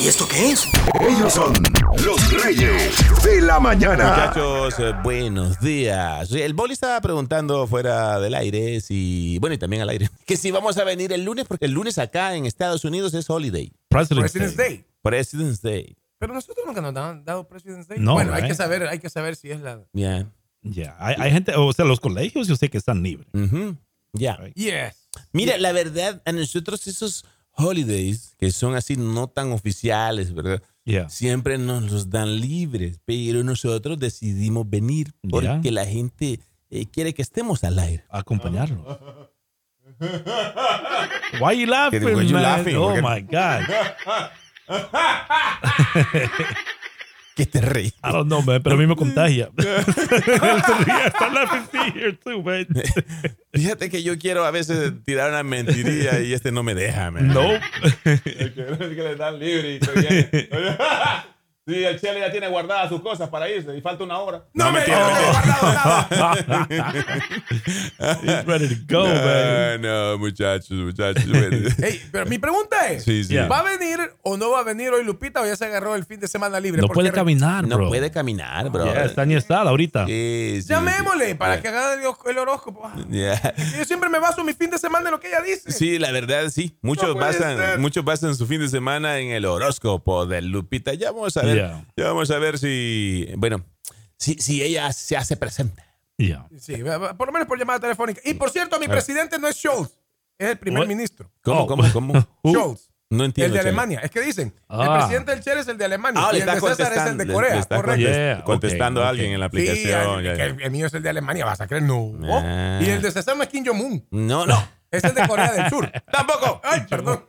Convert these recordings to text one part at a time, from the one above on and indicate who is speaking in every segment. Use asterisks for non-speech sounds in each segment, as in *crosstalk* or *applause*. Speaker 1: ¿Y esto qué es?
Speaker 2: Ellos son los reyes de la mañana.
Speaker 3: Muchachos, eh, buenos días. El boli estaba preguntando fuera del aire si, bueno, y también al aire, *laughs* que si vamos a venir el lunes, porque el lunes acá en Estados Unidos es holiday,
Speaker 4: President's
Speaker 5: President's
Speaker 4: Day.
Speaker 5: Day.
Speaker 3: President's Day.
Speaker 5: Pero nosotros nunca nos han dado President's Day.
Speaker 4: No,
Speaker 5: bueno, hay
Speaker 4: ¿eh?
Speaker 5: que saber, hay que saber si es la.
Speaker 3: Ya.
Speaker 4: Ya, Hay, hay gente, o sea, los colegios yo sé que están libres.
Speaker 3: Ujú. Ya.
Speaker 4: Right.
Speaker 5: Yes.
Speaker 3: Mira, la verdad, a nosotros esos holidays, que son así no tan oficiales, ¿verdad?
Speaker 4: Yeah.
Speaker 3: Siempre nos los dan libres, pero nosotros decidimos venir porque
Speaker 4: Ya.
Speaker 3: la gente eh, quiere que estemos al aire.
Speaker 4: Acompañarlos. *laughs* Why you laughing,
Speaker 3: Why you
Speaker 4: man?
Speaker 3: laughing?
Speaker 4: Oh
Speaker 3: Porque-
Speaker 4: my God.
Speaker 3: ¿Qué te reí?
Speaker 4: I don't know, man, pero a mí me contagia. Él se ríe, está laughing sí, here too, man.
Speaker 3: Fíjate que yo quiero a
Speaker 4: *laughs*
Speaker 3: veces tirar una mentirilla y este no me deja, man.
Speaker 4: No.
Speaker 6: El que, el que le dan libre.
Speaker 4: *laughs*
Speaker 6: y que viene. Sí, el Chele ya tiene guardadas sus cosas para irse y falta una hora.
Speaker 5: No, me no, no, guardado
Speaker 3: *laughs*
Speaker 5: nada.
Speaker 4: He's ready to go, man.
Speaker 3: Ah, no, muchachos, muchachos.
Speaker 4: *laughs*
Speaker 3: bueno.
Speaker 5: Ey, pero mi pregunta es:
Speaker 3: Sí, sí.
Speaker 4: Ya.
Speaker 5: ¿va a venir o no va a venir hoy Lupita o ya se agarró el fin de semana libre?
Speaker 4: No
Speaker 5: Porque
Speaker 4: puede
Speaker 5: re-
Speaker 4: caminar,
Speaker 3: No
Speaker 4: bro.
Speaker 3: puede caminar, bro.
Speaker 4: Yeah, está aniestada ahorita.
Speaker 3: Sí, sí,
Speaker 5: Llamémosle
Speaker 3: sí.
Speaker 5: para que haga el, el horóscopo. Ah,
Speaker 3: Ya.
Speaker 5: Yo siempre me baso mi fin de semana en lo que ella dice.
Speaker 3: Sí, la verdad, sí. Muchos,
Speaker 5: No puede ser.
Speaker 3: basan, muchos basan su fin de semana en el horóscopo de Lupita. Ya vamos a ver.
Speaker 4: Ya.
Speaker 3: Ya vamos a ver si. Bueno, si, si ella se hace presente.
Speaker 4: Yeah. *laughs*
Speaker 5: Sí, va- va- por lo menos por llamada telefónica. Y por cierto, mi presidente no es Scholz, es el primer
Speaker 4: What?
Speaker 5: ministro.
Speaker 3: ¿Cómo,
Speaker 4: Oh.
Speaker 3: cómo, *laughs* cómo?
Speaker 4: Who?
Speaker 5: Scholz,
Speaker 3: No entiendo.
Speaker 5: el de
Speaker 3: Uh, Chele.
Speaker 5: Alemania. Es que dicen, el
Speaker 4: Ah.
Speaker 5: presidente del Chile es el de Alemania
Speaker 3: Ah,
Speaker 5: y
Speaker 3: le
Speaker 5: el
Speaker 3: está
Speaker 5: de César es el
Speaker 3: contestando.
Speaker 5: de
Speaker 3: le-
Speaker 5: Corea.
Speaker 3: le está
Speaker 5: correcto.
Speaker 3: contest-
Speaker 4: Yeah, ok,
Speaker 3: contestando a
Speaker 4: ok.
Speaker 3: alguien en la
Speaker 5: Sí,
Speaker 3: aplicación.
Speaker 5: el,
Speaker 3: ya,
Speaker 5: que
Speaker 3: ya.
Speaker 5: el- el mío es el de Alemania, vas a creer, no.
Speaker 3: Ah.
Speaker 5: Y el de César no es Kim Jong-un,
Speaker 3: No, no.
Speaker 5: Este es el de Corea del Sur. Tampoco. Ay, perdón.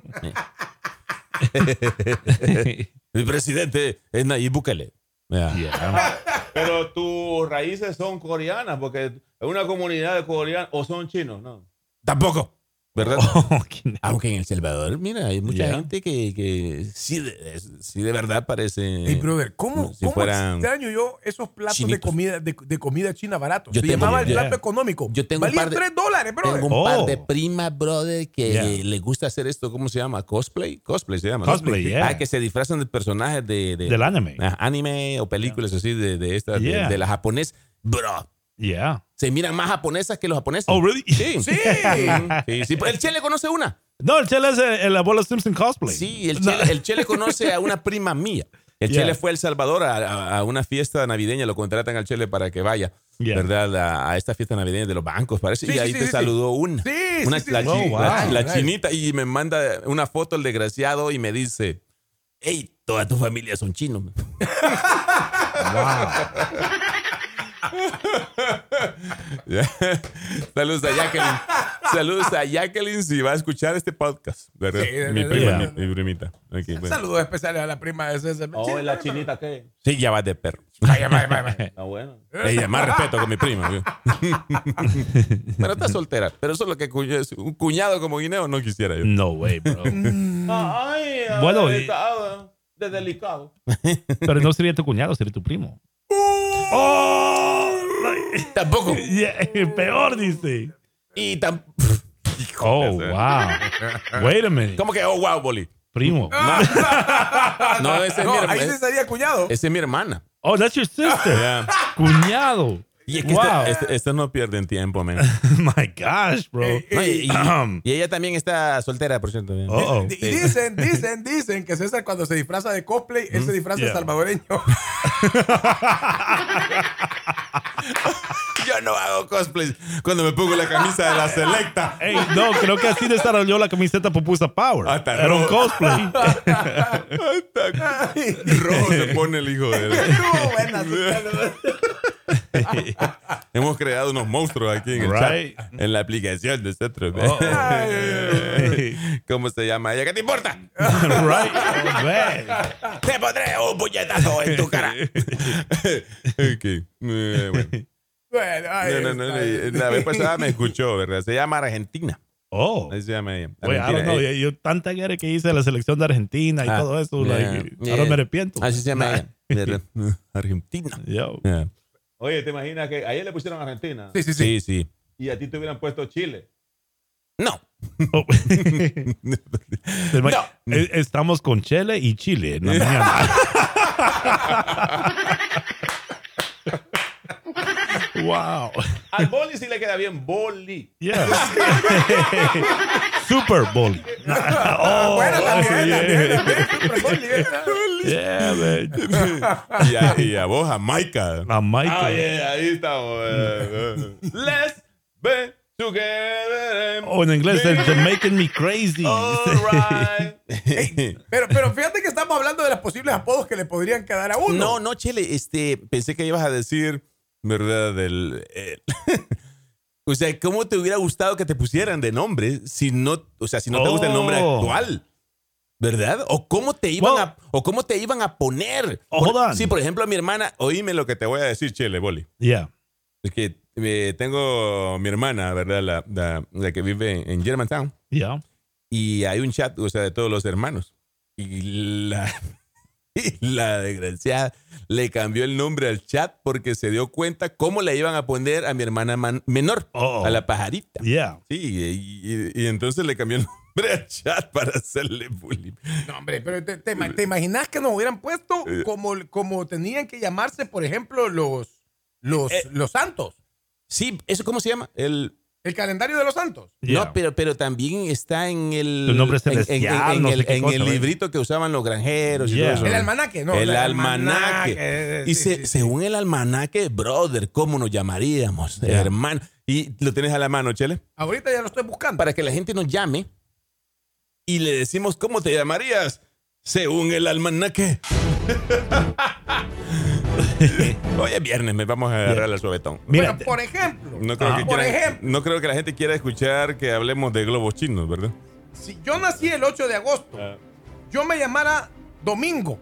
Speaker 3: El presidente es Nayib Bukele. Ya.
Speaker 4: Yeah.
Speaker 6: Pero tus raíces son coreanas, porque en una comunidad de coreanos o son chinos, ¿no?
Speaker 3: Tampoco. ¿Verdad?
Speaker 4: Fucking
Speaker 3: *laughs* Aunque en El Salvador, mira, hay mucha
Speaker 4: Ya.
Speaker 3: gente que, que sí, de, sí de verdad parece.
Speaker 5: Ey, brother, ¿cómo,
Speaker 3: Si
Speaker 5: cómo
Speaker 3: fueran
Speaker 5: extraño yo esos platos de
Speaker 3: chinitos.
Speaker 5: comida, de, de comida china barato?
Speaker 3: Yo
Speaker 5: Se
Speaker 3: tengo-
Speaker 5: llamaba el
Speaker 4: yeah.
Speaker 5: plato económico.
Speaker 3: Yo tengo un
Speaker 5: Valía
Speaker 3: par de-
Speaker 5: 3 dólares, brother.
Speaker 3: Tengo un par
Speaker 4: Oh.
Speaker 3: de primas, brother, que
Speaker 4: Yeah.
Speaker 3: le gusta hacer esto, ¿cómo se llama? ¿Cosplay? Cosplay se llama. ¿no?
Speaker 4: Cosplay, yeah.
Speaker 3: Ah, que se disfrazan de personajes de, de-
Speaker 4: Del anime.
Speaker 3: ah, anime o películas así de, de estas, de-
Speaker 4: Yeah.
Speaker 3: de, la japonés. Bro,
Speaker 4: Yeah.
Speaker 3: se miran más japonesas que los japoneses.
Speaker 4: Oh, really? *laughs*
Speaker 3: Sí.
Speaker 5: Sí.
Speaker 3: Sí, sí. El Che le conoce una.
Speaker 4: No, el chela es eh, el, el abuelo Simpson cosplay.
Speaker 3: Sí, el
Speaker 4: No.
Speaker 3: Che, el Che le conoce a una prima mía. El
Speaker 4: Yeah.
Speaker 3: Chele fue a El Salvador a, a- a una fiesta navideña, lo contratan al Chele para que vaya,
Speaker 4: Yeah.
Speaker 3: ¿verdad? A, a esta fiesta navideña de los bancos, parece.
Speaker 5: Sí,
Speaker 3: y
Speaker 5: sí,
Speaker 3: ahí
Speaker 5: sí,
Speaker 3: te
Speaker 5: sí,
Speaker 3: saludó una.
Speaker 5: Sí,
Speaker 3: una
Speaker 5: sí, sí,
Speaker 3: la,
Speaker 5: sí.
Speaker 4: Oh,
Speaker 3: chi-
Speaker 4: wow.
Speaker 3: la- la
Speaker 5: Nice.
Speaker 3: chinita y me manda una foto el desgraciado y me dice, hey, toda tu familia son chinos. *laughs* Saludos a Jacqueline. Saludos a Jacqueline si va a escuchar este podcast, ¿verdad?
Speaker 5: Sí, de
Speaker 3: mi,
Speaker 5: verdad.
Speaker 3: prima,
Speaker 4: Yeah.
Speaker 3: mi, mi primita. Ok, bueno.
Speaker 5: Saludos especiales a la prima de César.
Speaker 6: Oh, ¿y la chinita qué?
Speaker 3: Sí, ya vas de perro.
Speaker 5: Vaya, vaya, vaya.
Speaker 6: *laughs* Está bueno.
Speaker 3: Ella, más respeto con mi prima. güey. *laughs* pero está soltera. Pero eso es lo que cuñ- un cuñado como Guineo no quisiera yo.
Speaker 4: No way, bro.
Speaker 6: Ay, ah,
Speaker 4: Bueno, y-
Speaker 6: está, ah, de delicado.
Speaker 4: Pero no sería tu cuñado, sería tu primo. ¡Oh! like-
Speaker 3: Tampoco.
Speaker 4: *laughs* Yeah, peor, dice.
Speaker 3: Y tam-
Speaker 4: Oh,
Speaker 3: de-
Speaker 4: wow. Wait a minute.
Speaker 3: ¿Cómo Ah. que? Oh, wow, Boli.
Speaker 4: Primo.
Speaker 3: *laughs* No, ese es, mi,
Speaker 5: No,
Speaker 3: herma-
Speaker 5: ahí se estaría cuñado.
Speaker 3: ese es mi hermana.
Speaker 4: Oh, that's your sister.
Speaker 3: Ya.
Speaker 4: Cuñado.
Speaker 3: Y es que este-
Speaker 4: wow.
Speaker 3: esta- esta- estas no pierden tiempo, *laughs* man.
Speaker 4: *laughs* My gosh, bro.
Speaker 3: No, y, y-
Speaker 4: Ahem.
Speaker 3: y ella también está soltera, por cierto. man.
Speaker 4: Uh-oh.
Speaker 5: Y dicen, dicen, dicen que César cuando se disfraza de cosplay, él se disfraza de
Speaker 4: Yeah.
Speaker 5: salvadoreño. *laughs*
Speaker 3: Yo no hago cosplay cuando me pongo la camisa de la selecta.
Speaker 4: Hey, no, creo que así desarrolló la camiseta Pupusa Power.
Speaker 3: Hasta
Speaker 4: Era un
Speaker 3: rojo. *laughs*
Speaker 4: cosplay.
Speaker 3: Ah, Rojo se pone el hijo *laughs* de él.
Speaker 5: Estuvo buena, César.
Speaker 3: Hemos creado unos monstruos aquí en el
Speaker 4: Right. Oh.
Speaker 3: chat, en la aplicación de nosotros.
Speaker 4: Uh-oh.
Speaker 3: *laughs* ¿Cómo se llama ella? ¿Qué te importa?
Speaker 4: *laughs* right? Oh, man.
Speaker 3: Te pondré un puñetazo en tu
Speaker 4: *laughs*
Speaker 3: cara. ok. Eh, bueno.
Speaker 5: Bueno, ay,
Speaker 3: No, no, no, no,
Speaker 5: está
Speaker 3: La
Speaker 5: bien.
Speaker 3: vez pasada me escuchó, ¿verdad? Se llama Argentina.
Speaker 4: Oh.
Speaker 3: Ahí se llama ella.
Speaker 4: Güey, I don't
Speaker 3: Argentina. Eh,
Speaker 4: know. Yo, yo tanta guerra que hice de la selección de Argentina y
Speaker 3: Ah,
Speaker 4: todo eso.
Speaker 3: yeah,
Speaker 4: like,
Speaker 3: yeah.
Speaker 4: Ahora me arrepiento.
Speaker 3: Así se llama ella. ¿verdad?
Speaker 4: *laughs*
Speaker 3: Argentina.
Speaker 4: Yo.
Speaker 3: Yeah.
Speaker 6: Oye, ¿te imaginas que ayer le pusieron Argentina
Speaker 5: Sí, sí, sí.
Speaker 3: Sí, sí.
Speaker 6: y a ti te hubieran puesto Chile?
Speaker 4: *laughs*
Speaker 3: No. *laughs*
Speaker 4: Oh.
Speaker 3: No.
Speaker 4: Eh, Estamos con Chile y Chile en la mañana. wow.
Speaker 6: Al boli sí le queda bien boli.
Speaker 4: Yeah. *laughs* Super Bowl. Oh,
Speaker 5: bueno, también,
Speaker 4: yeah.
Speaker 5: también, también, Super Bowl, yeah.
Speaker 4: *laughs* Yeah, man.
Speaker 3: Y a, y a vos, Jamaica.
Speaker 4: A Michael.
Speaker 6: Ah, yeah, ahí estamos. eh. Let's be together.
Speaker 4: Oh, en inglés, they're, they're making me crazy.
Speaker 6: All right.
Speaker 4: *laughs*
Speaker 5: Pero, pero fíjate que estamos hablando de los posibles apodos que le podrían quedar a uno.
Speaker 3: No, no, Chile, este, pensé que ibas a decir, ¿verdad? Del, el- *laughs* o sea, ¿cómo te hubiera gustado que te pusieran de nombre si no, o sea, si no te gusta el nombre
Speaker 4: Oh.
Speaker 3: actual? ¿Verdad? ¿O cómo te iban,
Speaker 4: Well-
Speaker 3: a, o cómo te iban a poner?
Speaker 4: Oh, hold
Speaker 3: Por-
Speaker 4: on.
Speaker 3: sí, por ejemplo, a mi hermana, oíme lo que te voy a decir, Chile, Boli.
Speaker 4: Yeah.
Speaker 3: Es que eh, tengo mi hermana, ¿verdad? La, la- la que vive en Germantown.
Speaker 4: Yeah.
Speaker 3: Y hay un chat, o sea, de todos los hermanos. Y la, *laughs* y la desgraciada le cambió el nombre al chat porque se dio cuenta cómo le iban a poner a mi hermana man- menor,
Speaker 4: Oh.
Speaker 3: a la pajarita.
Speaker 4: Yeah.
Speaker 3: Sí, y, y- y entonces le cambió el nombre al chat para hacerle bullying.
Speaker 5: No, hombre, pero te, te ima- ¿te imaginas que nos hubieran puesto
Speaker 3: Eh.
Speaker 5: como, como tenían que llamarse, por ejemplo, los, los,
Speaker 3: Eh.
Speaker 5: los santos?
Speaker 3: Sí, ¿eso cómo se llama? El,
Speaker 5: El calendario de los santos.
Speaker 4: Yeah.
Speaker 3: No, pero, pero también está en el,
Speaker 4: Tu nombre es
Speaker 3: en, en-
Speaker 4: celestial,
Speaker 3: en
Speaker 4: no sé
Speaker 3: el,
Speaker 4: qué
Speaker 3: en
Speaker 4: cosa,
Speaker 3: el
Speaker 4: ¿verdad?
Speaker 3: librito que usaban los granjeros y
Speaker 4: Yeah.
Speaker 3: todo eso.
Speaker 5: El almanaque, ¿no?
Speaker 3: el,
Speaker 5: almanaque,
Speaker 3: almanaque.
Speaker 5: eh,
Speaker 3: Y
Speaker 5: sí,
Speaker 3: se-
Speaker 5: sí, sí.
Speaker 3: según el almanaque, brother, ¿cómo nos llamaríamos?
Speaker 4: Yeah.
Speaker 3: Hermano. Y lo tienes a la mano, Chele,
Speaker 5: Ahorita ya lo estoy buscando.
Speaker 3: para que la gente nos llame y le decimos cómo te llamarías según el almanaque. *laughs* Hoy es viernes, me vamos a agarrar al suavetón.
Speaker 4: Mira,
Speaker 5: Pero, por ejemplo,
Speaker 3: No creo,
Speaker 4: Ah.
Speaker 3: que
Speaker 5: Por
Speaker 3: quieran-
Speaker 5: ejemplo.
Speaker 3: no creo que la gente quiera escuchar que hablemos de globos chinos, ¿verdad?
Speaker 5: si yo nací el 8 de agosto,
Speaker 6: Ah.
Speaker 5: yo me llamara Domingo.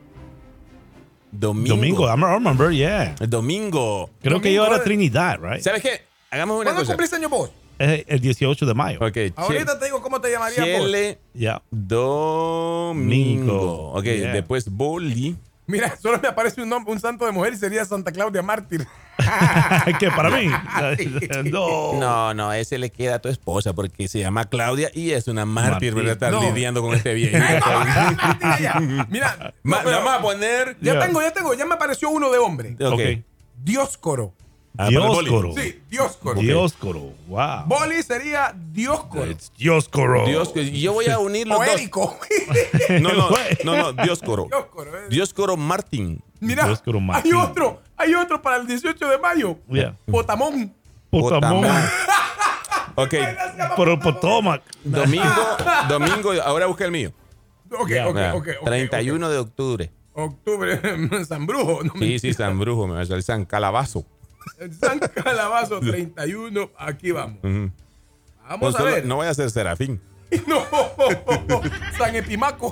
Speaker 3: Domingo.
Speaker 4: domingo, I remember, yeah.
Speaker 3: El domingo.
Speaker 4: Creo que
Speaker 5: Domingo
Speaker 4: yo era
Speaker 5: de-
Speaker 4: Trinidad, right?
Speaker 3: ¿Sabes qué? Hagamos una
Speaker 5: ¿Cuándo
Speaker 3: cosa.
Speaker 5: cumplís años vos?
Speaker 4: Eh, El 18 de mayo.
Speaker 3: Ok, Chele-
Speaker 5: Ahorita te digo cómo te llamarías vos.
Speaker 3: Chele
Speaker 4: Yeah.
Speaker 3: Domingo. Ok,
Speaker 4: Yeah.
Speaker 3: después Boli.
Speaker 5: Mira, *laughs* solo me aparece un, nombre- un santo de mujer y sería Santa Claudia Mártir.
Speaker 4: *laughs* que para mí. no.
Speaker 3: No, no, ese le queda a tu esposa porque se llama Claudia y es una mártir,
Speaker 4: Mártir.
Speaker 3: ¿verdad? Estar
Speaker 5: No.
Speaker 3: lidiando con
Speaker 5: *laughs*
Speaker 3: este viejo. *laughs*
Speaker 5: Mira,
Speaker 3: Ma-
Speaker 5: no, pero-
Speaker 3: la vamos a poner.
Speaker 5: ya
Speaker 4: Ya.
Speaker 5: tengo, ya tengo, ya me apareció uno de hombre.
Speaker 3: Ok.
Speaker 4: Ok.
Speaker 5: Dioscoro.
Speaker 3: Ah, para el boli.
Speaker 4: Dioscoro.
Speaker 5: Sí, Dioscoro.
Speaker 4: Dioscoro. Wow.
Speaker 5: Boli sería Dioscoro.
Speaker 4: It's Dioscoro. *laughs*
Speaker 3: Dios, yo
Speaker 5: *laughs*
Speaker 3: voy a unir los
Speaker 5: O
Speaker 3: dos.
Speaker 5: Érico.
Speaker 3: No, no, no, no, Dios coro.
Speaker 5: Dioscoro. eh.
Speaker 3: Dios coro Martín.
Speaker 5: Mira,
Speaker 4: Dioscoro
Speaker 5: hay
Speaker 4: Martín.
Speaker 5: otro, hay otro para el 18 de mayo.
Speaker 4: Yeah.
Speaker 5: Potamón.
Speaker 4: Potamón.
Speaker 3: Potamón. Ok,
Speaker 4: Por Potomac.
Speaker 3: domingo, domingo, ahora busca el mío.
Speaker 5: Ok, ok,
Speaker 3: Ah,
Speaker 5: ok, ok.
Speaker 3: 31 de octubre.
Speaker 5: Octubre, *laughs* San Brujo. No me-
Speaker 3: Sí, sí, San Brujo, me va a salir San Calabazo.
Speaker 5: *laughs* San
Speaker 3: *laughs*
Speaker 5: Calabazo, 31. Aquí vamos.
Speaker 3: Ujú.
Speaker 5: Vamos a
Speaker 3: Solo-
Speaker 5: ver.
Speaker 3: No voy a ser serafín.
Speaker 5: *laughs* No, San
Speaker 3: *laughs*
Speaker 5: Epimaco.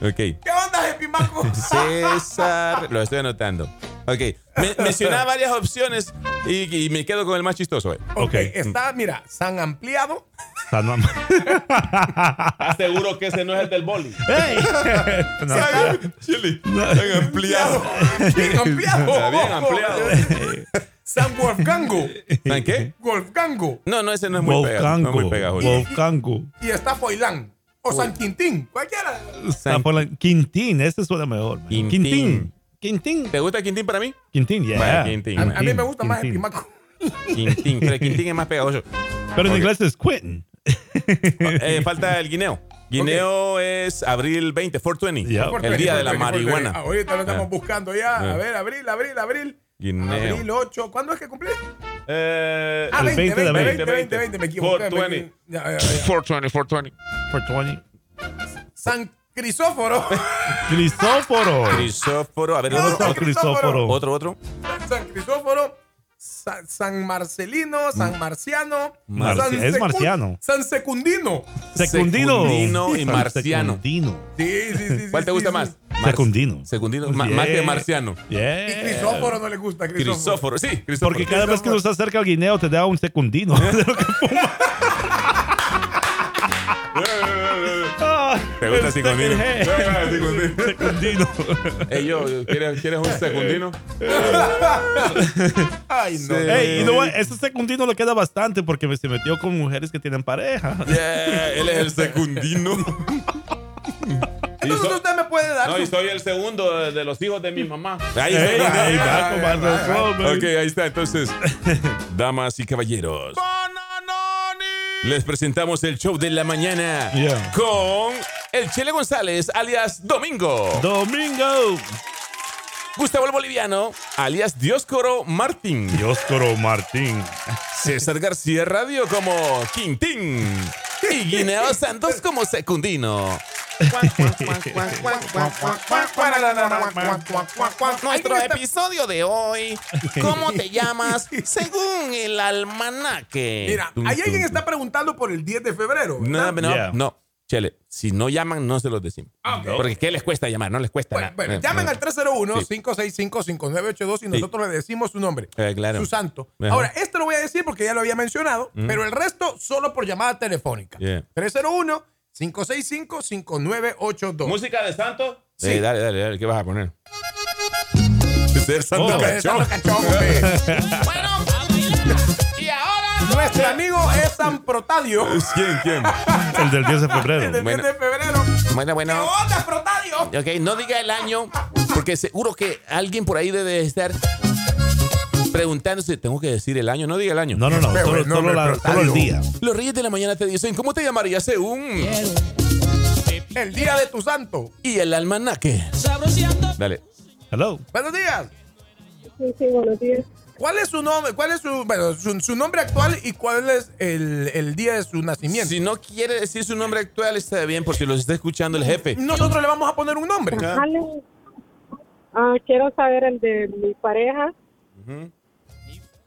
Speaker 3: Ok.
Speaker 5: ¿Qué onda,
Speaker 3: *laughs*
Speaker 5: Epimaco?
Speaker 3: César. Lo estoy anotando. Ok. Me- mencionaba varias opciones y, y me quedo con el más chistoso. eh.
Speaker 5: Ok,
Speaker 4: Ok.
Speaker 5: está, mira, San Ampliado.
Speaker 3: *laughs*
Speaker 4: San Am-
Speaker 6: ¿Estás seguro que ese no es el del boli?
Speaker 3: *laughs*
Speaker 4: Hey.
Speaker 3: Tan ampliado.
Speaker 5: *laughs* Bien ampliado.
Speaker 3: Está bien ampliado.
Speaker 5: *laughs* San Wolfgango.
Speaker 3: ¿Tan qué?
Speaker 5: Wolfgango.
Speaker 3: No, no, ese no es muy pegado. No es muy
Speaker 4: Volcanco.
Speaker 3: pegajoso.
Speaker 4: Volcanco.
Speaker 5: Y está Foilán. O San Quintín. Cualquiera.
Speaker 4: Está por la- Quintín. Este suena mejor. man.
Speaker 3: Quintín.
Speaker 4: Quintín. Quintín.
Speaker 3: ¿Te gusta Quintín para mí?
Speaker 4: Quintín, yeah.
Speaker 3: Vaya, Quintín.
Speaker 5: A, a mí me gusta más
Speaker 4: Quintín.
Speaker 5: Epimaco.
Speaker 3: Quintín. Pero Quintín es más pegajoso.
Speaker 4: Pero en
Speaker 3: Ok.
Speaker 4: inglés es Quentin.
Speaker 3: Eh, falta el guineo. Guineo es abril 20, 420.
Speaker 4: Ya.
Speaker 3: El día de la marihuana.
Speaker 5: Ah, Ahorita lo estamos buscando ya.
Speaker 3: Ah.
Speaker 5: A ver, abril, abril, abril.
Speaker 3: Guineo.
Speaker 5: Abril 8. ¿Cuándo es que cumplís?
Speaker 6: Eh,
Speaker 5: Ah,
Speaker 4: El
Speaker 5: 20, 20,
Speaker 4: 20 de
Speaker 5: 20, 20,
Speaker 4: abril.
Speaker 5: 20, me equivoqué.
Speaker 6: 420.
Speaker 5: me equivoqué. Ya, ya, ya.
Speaker 6: 420, 420.
Speaker 4: For 20.
Speaker 5: San Crisóforo.
Speaker 3: *laughs*
Speaker 4: Crisóforo.
Speaker 3: Crisóforo. A ver,
Speaker 5: No,
Speaker 3: otro,
Speaker 4: Otro
Speaker 5: San Crisóforo.
Speaker 4: Crisóforo.
Speaker 3: otro, otro.
Speaker 5: San Crisóforo, Sa- San Marcelino, San Marciano.
Speaker 4: Mar-
Speaker 5: San
Speaker 4: es
Speaker 5: Secun-
Speaker 4: marciano.
Speaker 5: San Secundino.
Speaker 4: Secundino.
Speaker 3: Secundino
Speaker 4: *laughs*
Speaker 3: y marciano.
Speaker 4: Secundino.
Speaker 5: Sí, sí, sí. sí,
Speaker 3: ¿Cuál te
Speaker 5: sí,
Speaker 3: gusta
Speaker 5: sí.
Speaker 3: más? Mar-
Speaker 4: Secundino.
Speaker 3: Secundino. Ma- Más que
Speaker 4: Yeah.
Speaker 3: marciano.
Speaker 4: Yeah.
Speaker 5: Y Crisóforo no le gusta, Crisóforo.
Speaker 3: Crisóforo. Sí, Crisóforo.
Speaker 4: Porque cada vez que tú estás cerca al guineo te da un *laughs* secundino. Ah,
Speaker 3: ¿Te gusta Secundino?
Speaker 5: Ah,
Speaker 4: Secundino.
Speaker 3: Ey, yo, ¿quieres, ¿quieres un secundino?
Speaker 5: Ay, no.
Speaker 3: Sí.
Speaker 4: Ey, y no, va- ese secundino le queda bastante porque se metió con mujeres que tienen pareja.
Speaker 3: *laughs* Yeah, él es el secundino.
Speaker 5: Entonces usted me puede dar.
Speaker 6: No,
Speaker 5: su-
Speaker 6: y soy el segundo de, de los hijos de mi mamá.
Speaker 3: Ahí
Speaker 4: Ey,
Speaker 3: está.
Speaker 4: ey, va, con más razón, baby.
Speaker 3: Ok, ahí está. *laughs* Entonces, damas y caballeros, les presentamos el show de la mañana
Speaker 4: Yeah.
Speaker 3: con el Chele González, alias Domingo,
Speaker 4: Domingo.
Speaker 3: Gustavo el Boliviano, alias Dioscoro Martín,
Speaker 4: Dioscoro Martín.
Speaker 3: César García Radio como Quintín y Guineo Santos como Secundino. Nuestro episodio de *laughs* hoy, ¿cómo te llamas? Según el almanaque.
Speaker 5: Mira,
Speaker 3: Tum,
Speaker 5: ahí
Speaker 3: tum,
Speaker 5: alguien
Speaker 3: tum.
Speaker 5: está preguntando por el 10 de febrero.
Speaker 3: No,
Speaker 5: ¿verdad?
Speaker 3: no,
Speaker 4: Yeah.
Speaker 3: no. Chele, si no llaman, no se los decimos. Porque ¿qué les cuesta llamar? No les cuesta
Speaker 5: Ah, Bueno,
Speaker 3: nada.
Speaker 5: bueno,
Speaker 3: Eh,
Speaker 5: llamen
Speaker 3: eh.
Speaker 5: al 301-565-5982 y nosotros le decimos su nombre,
Speaker 3: Eh, claro.
Speaker 5: su santo.
Speaker 3: Ajá.
Speaker 5: Ahora, este lo voy a decir porque ya lo había mencionado, pero el resto solo por llamada telefónica.
Speaker 3: Yeah.
Speaker 5: 301-565-5982.
Speaker 6: Música de santo.
Speaker 3: Eh, dale, dale, dale. ¿Qué vas a poner? Ser santo
Speaker 4: Oh,
Speaker 5: Ustedes están
Speaker 3: cachón. *laughs*
Speaker 5: los cachones.
Speaker 6: Y ahora.
Speaker 5: Nuestro amigo es San Protadio.
Speaker 3: ¿Quién, quién?
Speaker 4: El del 10 de
Speaker 5: El *laughs* del
Speaker 4: febrero.
Speaker 5: 10 de febrero.
Speaker 3: Bueno,
Speaker 5: ¿Qué
Speaker 3: bueno.
Speaker 5: onda, Protadio?
Speaker 3: Ok, no diga el año, porque seguro que alguien por ahí debe estar preguntándose, tengo que decir el año, no diga el año.
Speaker 4: No, no, no.
Speaker 5: Pero,
Speaker 4: Solo,
Speaker 5: no,
Speaker 4: solo
Speaker 5: hombre,
Speaker 4: la-
Speaker 5: pero
Speaker 4: solo el
Speaker 5: Octavio.
Speaker 4: día.
Speaker 3: Los Reyes de la Mañana te dicen, ¿cómo te llamarías según?
Speaker 5: El día de tu santo.
Speaker 3: Y el almanaque. Dale.
Speaker 4: Hello.
Speaker 5: Buenos días.
Speaker 1: Sí, sí, buenos días.
Speaker 5: ¿Cuál es su nombre? ¿Cuál es su, bueno, su, su nombre actual y cuál es el, el día de su nacimiento?
Speaker 3: Si no quiere decir su nombre actual, está bien, por si los está escuchando el jefe.
Speaker 5: Nosotros le vamos a poner un nombre.
Speaker 1: Ale, ah, quiero saber el de mi pareja,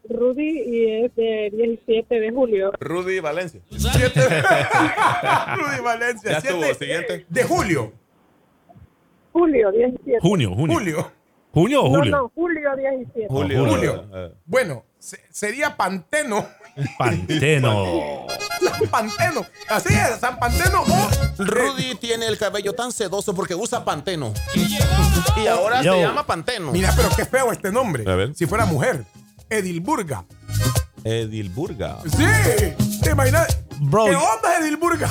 Speaker 1: Rudy, y es de 17 de julio.
Speaker 6: Rudy Valencia.
Speaker 4: *laughs*
Speaker 5: Rudy Valencia.
Speaker 6: Ya estuvo,
Speaker 5: siete
Speaker 6: siguiente.
Speaker 5: De julio.
Speaker 1: Julio 17.
Speaker 4: Junio, junio.
Speaker 5: Julio.
Speaker 4: ¿Junio o
Speaker 1: no,
Speaker 4: julio?
Speaker 1: no, julio 17.
Speaker 4: Julio.
Speaker 5: Julio.
Speaker 6: Eh.
Speaker 5: Bueno, se- sería Panteno. *laughs*
Speaker 4: Panteno.
Speaker 5: San Panteno. Así es, San Panteno. o- eh,
Speaker 3: Rudy tiene el cabello tan sedoso porque usa panteno. Y ahora
Speaker 4: Yo.
Speaker 3: se llama panteno.
Speaker 5: Mira, pero qué feo este nombre.
Speaker 3: A ver.
Speaker 5: Si fuera mujer. Edilburga.
Speaker 3: Edilburga.
Speaker 5: Sí. ¿Te imaginas?
Speaker 4: Bro,
Speaker 5: ¿Qué onda Edilburga?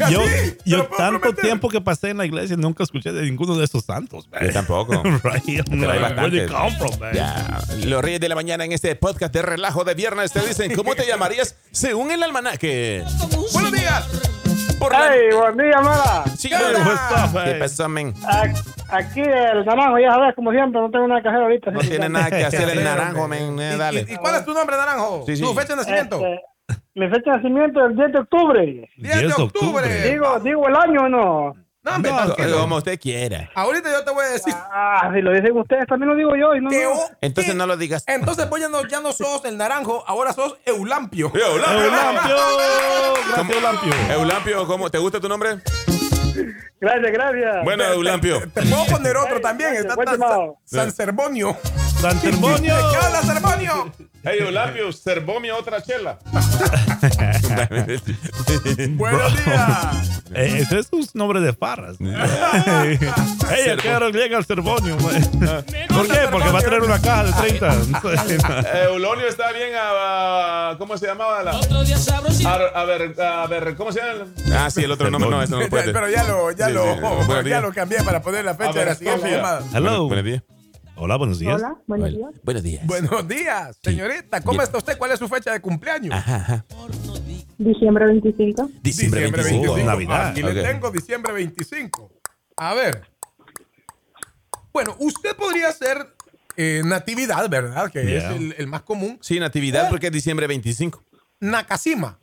Speaker 5: Así,
Speaker 4: Yo,
Speaker 5: te
Speaker 4: yo
Speaker 5: lo puedo
Speaker 4: tanto
Speaker 5: prometer.
Speaker 4: tiempo que pasé en la iglesia y nunca escuché de ninguno de esos santos. man.
Speaker 3: Yo tampoco.
Speaker 4: *laughs* Right. I'm
Speaker 3: Pero hay
Speaker 4: like, Where they
Speaker 3: bastantes.
Speaker 4: come from, man?
Speaker 3: Ya. Los Reyes de la Mañana en este podcast de relajo de viernes te dicen cómo te llamarías según el almanaque.
Speaker 5: Buenos días.
Speaker 3: Por la-
Speaker 7: ¡Ey, buen día, Mara!
Speaker 3: Sí,
Speaker 5: ¿Qué
Speaker 3: bueno.
Speaker 5: onda?
Speaker 4: What's up, man?
Speaker 3: ¿Qué pasó, men?
Speaker 7: A- Aquí el naranjo, ya sabes, como siempre, no tengo nada que hacer ahorita.
Speaker 3: No
Speaker 7: sí,
Speaker 3: tiene
Speaker 7: ya.
Speaker 3: nada que hacer
Speaker 5: Sí,
Speaker 3: el naranjo,
Speaker 5: hombre.
Speaker 3: men.
Speaker 5: ¿Y-
Speaker 3: Eh,
Speaker 5: y-
Speaker 3: Dale.
Speaker 5: ¿Y, cuál es tu nombre, Naranjo?
Speaker 3: Sí, sí.
Speaker 5: ¿Tu fecha de nacimiento?
Speaker 7: Este, mi fecha de nacimiento es el 10 de octubre.
Speaker 5: 10 de
Speaker 4: 10 de
Speaker 5: octubre.
Speaker 4: octubre.
Speaker 7: Digo, digo el año o no.
Speaker 5: No, hombre,
Speaker 4: No,
Speaker 5: tranquilo.
Speaker 3: Como usted quiera.
Speaker 5: Ahorita yo te voy a decir.
Speaker 7: Ah, si lo dicen ustedes, también lo digo yo. y no,
Speaker 5: que
Speaker 7: no.
Speaker 5: o-
Speaker 3: Entonces
Speaker 5: que-
Speaker 3: no lo digas.
Speaker 5: Entonces pues ya no, ya no sos el naranjo, ahora sos
Speaker 3: *laughs*
Speaker 5: Eulampio.
Speaker 4: Eulampio. Gracias, Eulampio.
Speaker 3: Eulampio, ¿cómo? ¿te gusta tu nombre?
Speaker 7: Gracias, gracias.
Speaker 3: Bueno, Eulampio.
Speaker 5: Te puedo poner otro también. Está
Speaker 7: Buen
Speaker 5: tan- San,
Speaker 7: llamado.
Speaker 5: San Sermonio.
Speaker 4: San Termonio.
Speaker 5: *laughs* ¿Qué onda, Sermonio?
Speaker 6: Hey, Eulapio, servó mi otra chela.
Speaker 5: Buenos
Speaker 3: *laughs*
Speaker 5: días.
Speaker 4: Eh, ese es un nombre de farras. *laughs* Ey, el carro llega al Cervonio. man. ¿Por qué? Porque va a traer una caja de 30.
Speaker 3: *laughs*
Speaker 6: Eulonio Eh, está bien a, a- ¿Cómo se llamaba? La,
Speaker 8: Otro día sabrosito.
Speaker 6: a, a ver, a ver, ¿cómo se llama?
Speaker 3: Ah, sí, el otro nombre no, eso no puede.
Speaker 5: Pero ya lo, ya
Speaker 3: Sí,
Speaker 5: lo,
Speaker 3: sí, buenos
Speaker 5: ya
Speaker 3: días.
Speaker 5: lo cambié para poner la fecha
Speaker 6: A ver,
Speaker 5: de la siguiente
Speaker 6: Sofía.
Speaker 5: llamada.
Speaker 4: Hello.
Speaker 3: Buenos días.
Speaker 4: Hola, buenos días.
Speaker 1: Hola, buenos días.
Speaker 3: Buenos días.
Speaker 5: Buenos días, señorita. ¿Cómo
Speaker 3: Bien.
Speaker 5: está usted? ¿Cuál es su fecha de cumpleaños?
Speaker 3: Ajá, ajá.
Speaker 1: Diciembre 25.
Speaker 3: Diciembre, 25.
Speaker 4: Oh, Navidad.
Speaker 5: Aquí
Speaker 3: Ok.
Speaker 5: le tengo diciembre 25. A ver. Bueno, usted podría ser eh, natividad, ¿verdad? Que
Speaker 4: Yeah.
Speaker 5: es el, el más común.
Speaker 3: Sí,
Speaker 6: Ah.
Speaker 3: natividad porque es diciembre 25.
Speaker 5: Nakashima.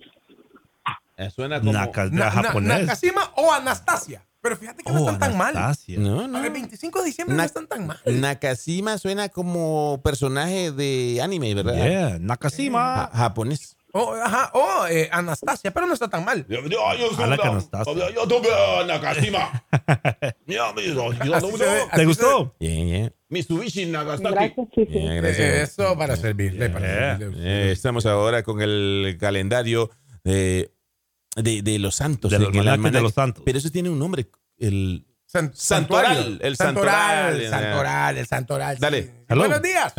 Speaker 6: Eh, suena como.
Speaker 4: Naka,
Speaker 5: Na- na-
Speaker 4: japonés.
Speaker 5: Nakashima o Anastasia. Pero fíjate que no
Speaker 4: Oh,
Speaker 5: están tan mal.
Speaker 4: Anastasia.
Speaker 3: No,
Speaker 5: A
Speaker 3: no.
Speaker 5: ver, 25 de diciembre no
Speaker 3: Na-
Speaker 5: están tan mal.
Speaker 3: Nakashima suena como personaje de anime, ¿verdad?
Speaker 4: Yeah,
Speaker 3: Ja-
Speaker 4: Nakashima.
Speaker 3: japonés.
Speaker 5: Oh, ajá, oh, eh, Anastasia, pero no está tan mal.
Speaker 6: Yo, yo, yo,
Speaker 4: A la
Speaker 6: yo-
Speaker 4: canasta.
Speaker 6: yo, yo tuve Nakashima. Mira, mi- yo, yo
Speaker 5: Así se ve.
Speaker 6: tuve
Speaker 4: ¿Te gustó?
Speaker 3: Yeah, yeah.
Speaker 6: Mitsubishi Nagasaki.
Speaker 1: Gracias, sí, sí.
Speaker 3: Yeah, gracias.
Speaker 5: Eh, Eso para servirle. para servirle.
Speaker 3: Eh, estamos ahora con el calendario de, de, de los santos.
Speaker 4: Del
Speaker 3: eh, que el
Speaker 4: almanaque de
Speaker 3: almanaque-
Speaker 4: los santos.
Speaker 3: Pero eso tiene un nombre. el
Speaker 5: San-
Speaker 3: Santoral,
Speaker 5: santuario.
Speaker 3: el
Speaker 5: santoral,
Speaker 3: santoral.
Speaker 5: santoral, el santoral.
Speaker 3: Dale.
Speaker 5: sí.
Speaker 4: Hello.
Speaker 5: Buenos días.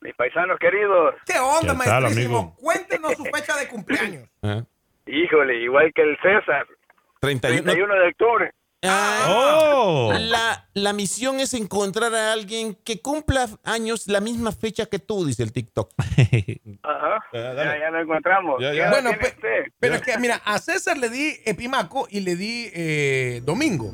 Speaker 8: Mis paisanos queridos,
Speaker 5: ¿Qué onda,
Speaker 4: ¿Qué tal,
Speaker 5: maestrísimo?
Speaker 4: amigo?
Speaker 5: Cuéntenos su fecha de cumpleaños.
Speaker 3: ajá,
Speaker 8: híjole, igual que el César,
Speaker 3: 31.
Speaker 8: 31 de octubre.
Speaker 3: Ah,
Speaker 4: ¡Oh!
Speaker 3: la, la misión es encontrar a alguien que cumpla años la misma fecha que tú, dice el TikTok.
Speaker 8: Ajá.
Speaker 6: Ya, Eh, dale.
Speaker 8: Ya, ya lo encontramos.
Speaker 6: Ya, ya.
Speaker 8: Ya este?
Speaker 5: Bueno,
Speaker 8: tiene
Speaker 5: pe-
Speaker 8: usted.
Speaker 5: pero es que, mira, a César le di Epimaco y le di eh, Domingo.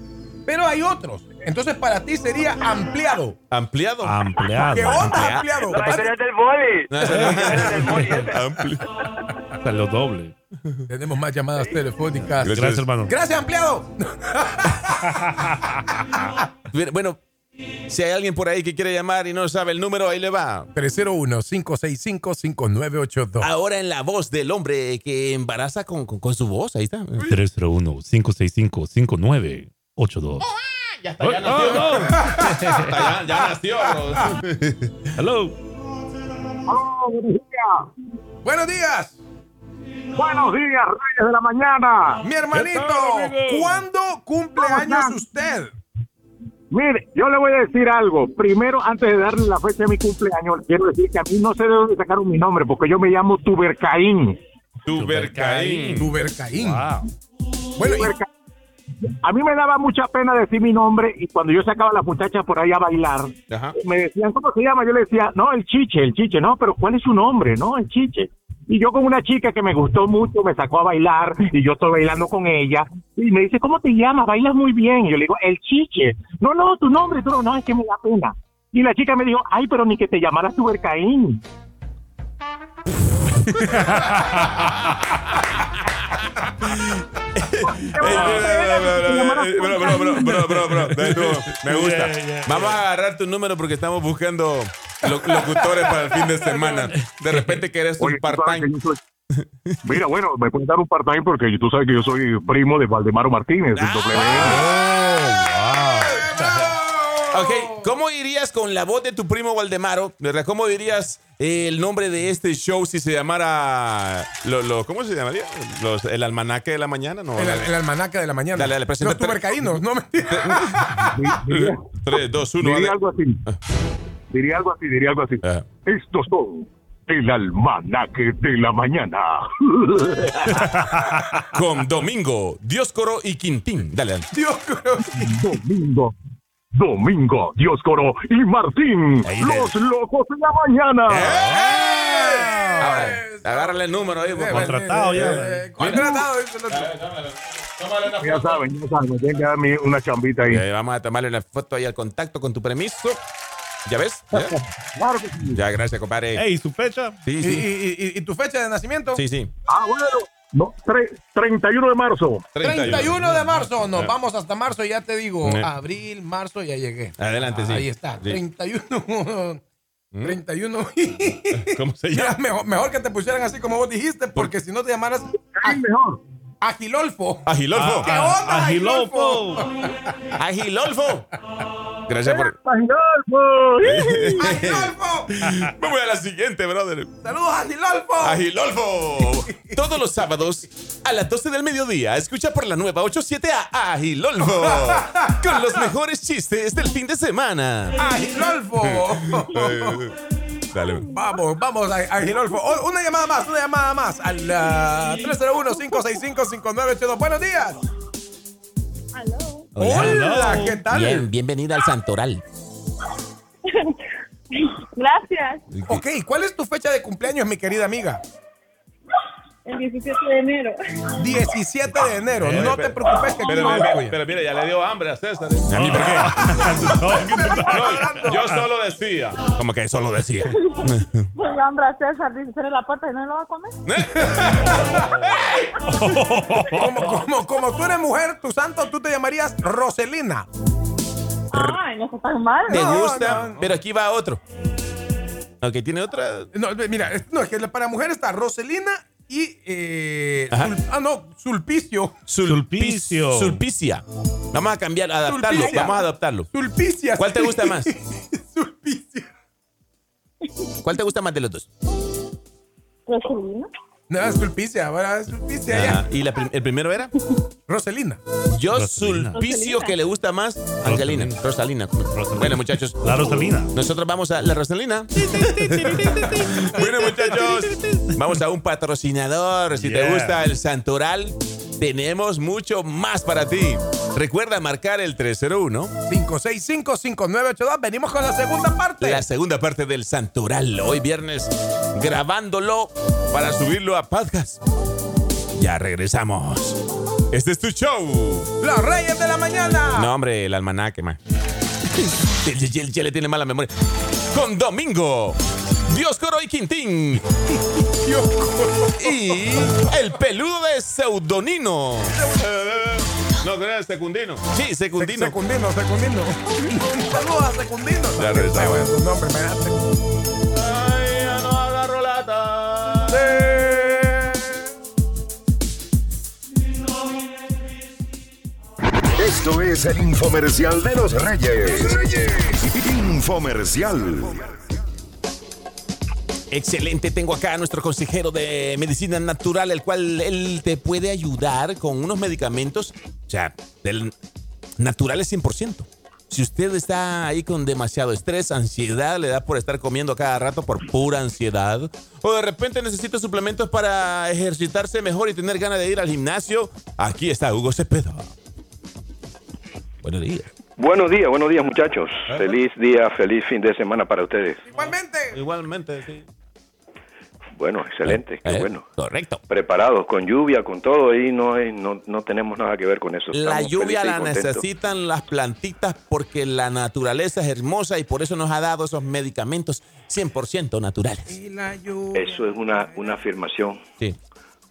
Speaker 5: Pero hay otros. Entonces, para ti sería ampliado.
Speaker 3: Ampliado.
Speaker 4: *laughs* Ah, Ampliado.
Speaker 5: ¿Qué onda,
Speaker 3: ampliado.
Speaker 5: ampliado?
Speaker 8: No, ese no es del boli.
Speaker 3: *laughs* No, ese no.
Speaker 8: Ese no es del boli.
Speaker 3: Amplio.
Speaker 4: Hasta lo doble.
Speaker 5: Tenemos más llamadas telefónicas.
Speaker 3: Gracias.
Speaker 4: Gracias, hermano.
Speaker 5: Gracias, ampliado.
Speaker 3: Bien, Bueno, si hay alguien por ahí que quiere llamar y no sabe el número, ahí le va.
Speaker 5: 301-565-5982.
Speaker 3: Ahora en la voz del hombre que embaraza con, con- con su voz, ahí está.
Speaker 4: 301-565-5982.
Speaker 6: Ya está, ya nació.
Speaker 4: Oh, no.
Speaker 6: Hasta ya, ya nació.
Speaker 4: Hello.
Speaker 5: Buenos días,
Speaker 8: Buenos días, Reyes de la Mañana.
Speaker 5: mi hermanito.
Speaker 4: tal, amigo?
Speaker 5: ¿Cuándo cumple
Speaker 8: ¿Cómo
Speaker 5: años
Speaker 8: están?
Speaker 5: usted?
Speaker 8: Mire, yo le voy a decir algo. Primero, antes de darle la fecha de mi cumpleaños, le quiero decir que a mí no sé de dónde sacaron mi nombre, porque yo me llamo Tubercaín.
Speaker 6: Tubercaín.
Speaker 5: Tubercaín.
Speaker 4: Wow.
Speaker 5: Bueno,
Speaker 8: Tubercaín. A mí me daba mucha pena decir mi nombre y cuando yo sacaba a las muchachas por ahí a bailar,
Speaker 6: Ajá.
Speaker 8: me decían, ¿cómo se llama? Yo le decía, no, el chiche, el chiche, no, pero ¿cuál es su nombre? No, el chiche. Y yo con una chica que me gustó mucho, me sacó a bailar y yo estoy bailando con ella. Y me dice, ¿cómo te llamas? Bailas muy bien. Y yo le digo, el chiche. No, no, tu nombre, tú no, no, es que me da pena. Y la chica me dijo, ay, pero ni que te llamaras Tubercaín.
Speaker 6: Eh, Bro, bro, bro, bro,
Speaker 3: *laughs*
Speaker 6: bro, bro. Dale, no, Me gusta.
Speaker 4: Yeah, yeah.
Speaker 3: Vamos a agarrar tu número porque estamos buscando lo- locutores para el fin de semana. De repente querés un
Speaker 8: Oye, tú sabes que
Speaker 3: part-time.
Speaker 8: yo soy- Mira, bueno, me pueden dar un part-time porque tú sabes que yo soy primo de Valdemaro Martínez. el doble B.
Speaker 3: Ok, ¿cómo dirías con la voz de tu primo Valdemaro? ¿Verdad? ¿Cómo dirías el nombre de este show si se llamara. Lo, lo- ¿Cómo se llamaría? Los- ¿El almanaque de la mañana? No,
Speaker 5: el, el almanaque de la mañana.
Speaker 3: Dale, dale, presenta-
Speaker 5: Los tubercaínos, no mentira.
Speaker 3: *laughs* 3, 2, 1.
Speaker 8: Diría algo así.
Speaker 3: Ah.
Speaker 8: Diría algo así, diría algo así.
Speaker 3: Ajá.
Speaker 8: Estos son el almanaque de la
Speaker 3: *laughs*
Speaker 8: mañana.
Speaker 3: Con Domingo, Dioscoro y Quintín. Dale, dale.
Speaker 5: Dios creo que-
Speaker 8: Domingo. Domingo, Dioscoro y Martín,
Speaker 3: Ahí ¿Eh?
Speaker 8: los locos de la mañana.
Speaker 3: Ahora, agárrale el número ahí. pues, por favor.
Speaker 4: Contratado ya.
Speaker 5: Eh, eh, Contratado, dice el otro.
Speaker 6: Tómale una
Speaker 8: Ya saben, ya saben, tienen que darme una chambita ahí.
Speaker 3: Eh, vamos a tomarle una foto ahí al contacto con tu permiso. ¿Ya ves? ¿Ya?
Speaker 8: Claro que sí.
Speaker 3: Ya, gracias, compadre.
Speaker 4: Ey, su fecha.
Speaker 3: Sí,
Speaker 5: ¿Y,
Speaker 3: sí.
Speaker 5: y- y- y tu fecha de nacimiento?
Speaker 3: Sí, sí.
Speaker 8: Ah, bueno, no, tre- 31 de marzo.
Speaker 5: 31 de marzo. Nos vamos hasta marzo, ya te digo.
Speaker 3: Eh.
Speaker 5: Abril, marzo, ya llegué. Ah,
Speaker 3: Adelante, sí.
Speaker 5: Ahí está.
Speaker 3: Sí. Mm.
Speaker 5: 31. *laughs* 31.
Speaker 3: ¿Cómo se
Speaker 5: Mira, mejor, mejor que te pusieran así como vos dijiste, porque si no te llamaras
Speaker 8: Ay, mejor.
Speaker 5: Agilolfo.
Speaker 3: Agilolfo.
Speaker 5: ¿Qué
Speaker 4: Ah.
Speaker 5: onda,
Speaker 4: Agilolfo.
Speaker 3: Agilolfo. Gracias por.
Speaker 8: Agilolfo.
Speaker 5: ¡Agilolfo!
Speaker 3: *laughs* Vamos a la siguiente, brother.
Speaker 5: ¡Saludos, Agilolfo!
Speaker 3: Agilolfo. Todos los sábados a las 12 del mediodía, escucha por la nueva 87 a Agilolfo. Con los mejores chistes del fin de semana. *laughs*
Speaker 5: ¡Agilolfo!
Speaker 3: Dale.
Speaker 5: Vamos, vamos, Ag- Agilolfo. O- Oh, Una llamada más, una llamada más. Al ah, 301-565-5982. Buenos días. Hola, ¿qué tal?
Speaker 3: bienvenida al Santoral.
Speaker 9: *laughs* Gracias.
Speaker 5: Ok, ¿cuál es tu fecha de cumpleaños, mi querida amiga?
Speaker 9: El 17 de
Speaker 3: *laughs*
Speaker 9: enero.
Speaker 5: 17 de enero.
Speaker 6: Eh,
Speaker 5: No
Speaker 6: pero-
Speaker 5: te preocupes que aquí
Speaker 6: Pero,
Speaker 5: no
Speaker 6: pero,
Speaker 5: voy.
Speaker 6: pero, pero mira, ya le dio hambre a César. ¿eh?
Speaker 3: ¿A mí por qué?
Speaker 6: No, yo solo decía.
Speaker 3: Como que eso
Speaker 5: *laughs*
Speaker 3: lo decía.
Speaker 9: Pues hambre a César, dice, cierre la puerta y no lo va a comer.
Speaker 5: Como, como, como tú eres mujer, tu santo, tú te llamarías Roselina.
Speaker 9: Ay, no está tan mal.
Speaker 3: ¿Te
Speaker 9: ¿no?
Speaker 5: No,
Speaker 3: gusta?
Speaker 5: no, no.
Speaker 3: Pero aquí va otro. Ok, tiene otra.
Speaker 5: No, mira, es- no, es que para mujer está Roselina y. eh,
Speaker 3: Ajá.
Speaker 5: Sul- ah, no, Sulpicio.
Speaker 4: Sulpicio.
Speaker 3: Sulpicia. Vamos a cambiar, a adaptarlo.
Speaker 5: Sulpicia.
Speaker 3: Vamos a adaptarlo.
Speaker 5: Sulpicia.
Speaker 3: ¿Cuál te
Speaker 5: sí. *laughs*
Speaker 3: gusta más?
Speaker 5: Sulpicia.
Speaker 3: ¿Cuál te gusta más de los dos?
Speaker 9: Pues, Roselina.
Speaker 5: No, es Sulpicia, ahora es Sulpicia
Speaker 3: Ajá.
Speaker 5: ya.
Speaker 3: Ah, ¿Y la prim- el primero era?
Speaker 5: Roselina.
Speaker 3: Yo
Speaker 4: Rosalina.
Speaker 3: sulpicio que le gusta más. Angelina. Rosalina. Bueno, muchachos.
Speaker 4: La Rosalina.
Speaker 3: Nosotros vamos a la Rosalina. bueno, muchachos. Vamos a un patrocinador. Si te
Speaker 4: Yeah.
Speaker 3: gusta el Santoral, tenemos mucho más para ti. Recuerda marcar el 301.
Speaker 5: 565-5982. Venimos con la segunda parte.
Speaker 3: La segunda parte del Santoral, hoy viernes, grabándolo para subirlo a podcast. Ya regresamos. Este es tu show.
Speaker 5: Los Reyes de la Mañana.
Speaker 3: No, hombre, el almanaque, man. *laughs* El Ye- Ye- Ye le tiene mala memoria. Con Domingo, Dios Coro y Quintín. Y el peludo de Seudonino.
Speaker 6: No, creo que es secundino.
Speaker 3: Sí, Secundino.
Speaker 5: Secundino, Secundino. Un saludo a Secundino.
Speaker 3: Ya regresamos.
Speaker 5: Qué feo es su nombre, me da Secundino.
Speaker 6: Ay, ya no agarro lata.
Speaker 2: Esto es el infomercial de los Reyes. Infomercial.
Speaker 3: Excelente, tengo acá a nuestro consejero de medicina natural, el cual él te puede ayudar con unos medicamentos, o sea, del naturales 100%. Si usted está ahí con demasiado estrés, ansiedad, le da por estar comiendo a cada rato por pura ansiedad, o de repente necesita suplementos para ejercitarse mejor y tener ganas de ir al gimnasio, aquí está Hugo Cepeda. Buenos días.
Speaker 10: Buenos días, buenos días muchachos. Feliz día, feliz fin de semana para ustedes.
Speaker 5: Igualmente.
Speaker 6: Igualmente, sí.
Speaker 10: Bueno, excelente, qué
Speaker 3: Eh,
Speaker 10: bueno.
Speaker 3: Correcto.
Speaker 10: Preparados, con lluvia, con todo, y no, hay- no, no tenemos nada que ver con eso.
Speaker 3: La
Speaker 10: Estamos
Speaker 3: lluvia
Speaker 10: felices y
Speaker 3: la
Speaker 10: contentos.
Speaker 3: necesitan las plantitas porque la naturaleza es hermosa y por eso nos ha dado esos medicamentos 100% naturales.
Speaker 5: Y la lluvia.
Speaker 10: Eso es una, una afirmación
Speaker 3: Sí,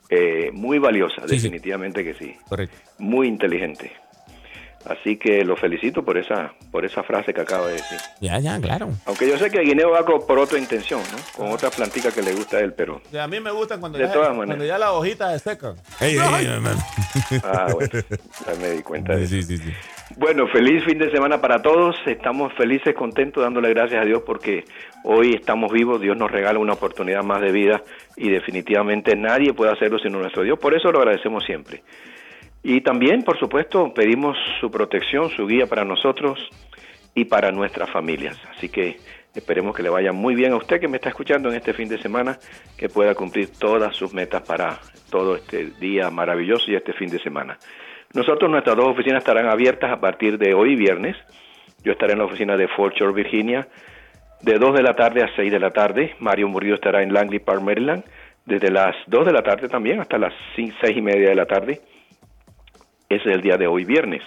Speaker 10: eh, muy valiosa,
Speaker 3: Sí, sí.
Speaker 10: definitivamente que sí.
Speaker 3: correcto.
Speaker 10: Muy inteligente. Así que los felicito por esa, por esa frase que acaba de decir.
Speaker 3: Ya, ya, claro.
Speaker 10: Aunque yo sé que Guineo va con- por otra intención, ¿no? Con otra plantica que le gusta a él, pero...
Speaker 6: Sí, A mí me gustan cuando,
Speaker 10: De
Speaker 6: ya,
Speaker 10: todas maneras.
Speaker 6: cuando ya las hojitas se secan.
Speaker 3: Ey, *laughs* ey, ey, man. *laughs*
Speaker 10: Ah, bueno, ya me di cuenta de eso.
Speaker 3: Sí, sí, sí.
Speaker 10: Bueno, feliz fin de semana para todos. Estamos felices, contentos, dándole gracias a Dios porque hoy estamos vivos. Dios nos regala una oportunidad más de vida y definitivamente nadie puede hacerlo sino nuestro Dios. Por eso lo agradecemos siempre. Y también, por supuesto, pedimos su protección, su guía para nosotros y para nuestras familias. Así que esperemos que le vaya muy bien a usted que me está escuchando en este fin de semana, que pueda cumplir todas sus metas para todo este día maravilloso y este fin de semana. Nosotros, nuestras dos oficinas estarán abiertas a partir de hoy viernes. Yo estaré en la oficina de Fort Shore, Virginia, de 2 de la tarde a 6 de la tarde. Mario Murillo estará en Langley Park, Maryland, desde las 2 de la tarde también hasta las 6 y media de la tarde. Ese es el día de hoy, viernes.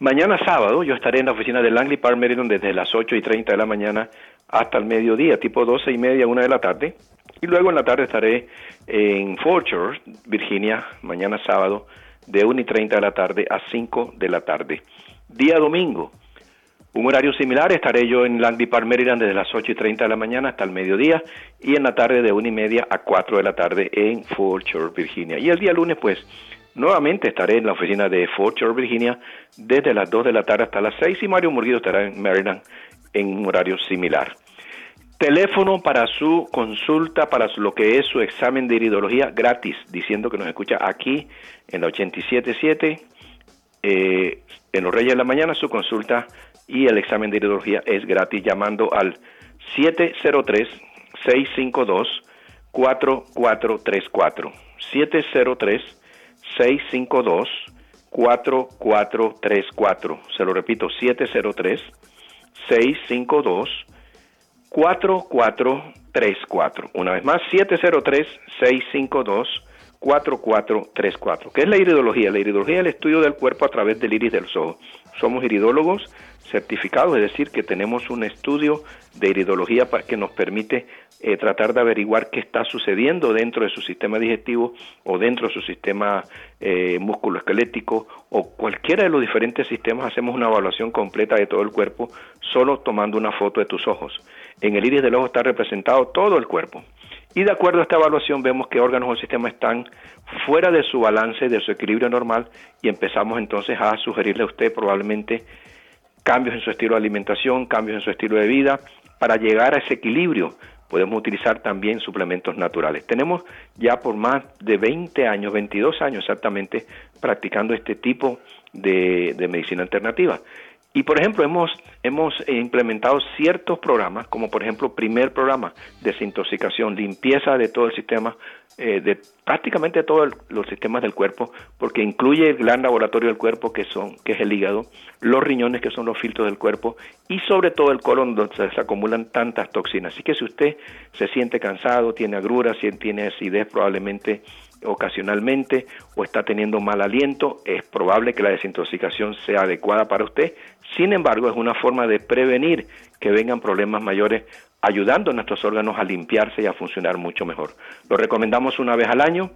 Speaker 10: Mañana sábado yo estaré en la oficina de Langley Park, Maryland, desde las 8 y 30 de la mañana hasta el mediodía, tipo 12 y media, 1 de la tarde. Y luego en la tarde estaré en Fort Worth, Virginia, mañana sábado, de 1 y 30 de la tarde a 5 de la tarde. Día domingo, un horario similar, estaré yo en Langley Park, Maryland, desde las 8 y 30 de la mañana hasta el mediodía y en la tarde de 1 y media a 4 de la tarde en Fort Shore, Virginia. Y el día lunes, pues, nuevamente estaré en la oficina de Fort Shore, Virginia, desde las 2 de la tarde hasta las 6 y Mario Murguido estará en Maryland en un horario similar. Teléfono para su consulta, para su- lo que es su examen de iridología gratis, diciendo que nos escucha aquí en la 877 eh, en los Reyes de la Mañana su consulta y el examen de ideología es gratis llamando al 703-652-4434. 703-652-4434. Se lo repito, 703-652-4434. 4434. Una vez más, 703-652-4434. ¿Qué es la iridología? La iridología es el estudio del cuerpo a través del iris de los ojos. Somos iridólogos certificados, es decir, que tenemos un estudio de iridología pa- que nos permite eh, tratar de averiguar qué está sucediendo dentro de su sistema digestivo o dentro de su sistema eh, musculoesquelético o cualquiera de los diferentes sistemas. Hacemos una evaluación completa de todo el cuerpo solo tomando una foto de tus ojos. En el iris del ojo está representado todo el cuerpo. Y de acuerdo a esta evaluación vemos qué órganos o sistemas están fuera de su balance, de su equilibrio normal y empezamos entonces a sugerirle a usted probablemente cambios en su estilo de alimentación, cambios en su estilo de vida, para llegar a ese equilibrio, podemos utilizar también suplementos naturales. Tenemos ya por más de 20 años, 22 años exactamente, practicando este tipo de, de medicina alternativa. Y por ejemplo, hemos, hemos eh, implementado ciertos programas, como por ejemplo, primer programa, desintoxicación, limpieza de todo el sistema, eh, de prácticamente todos los sistemas del cuerpo, porque incluye el gran laboratorio del cuerpo, que, son, que es el hígado, los riñones, que son los filtros del cuerpo, y sobre todo el colon, donde se, se acumulan tantas toxinas. Así que si usted se siente cansado, tiene agruras, si tiene acidez, probablemente ocasionalmente o está teniendo mal aliento, es probable que la desintoxicación sea adecuada para usted. Sin embargo, es una forma de prevenir que vengan problemas mayores, ayudando a nuestros órganos a limpiarse y a funcionar mucho mejor. Lo recomendamos una vez al año.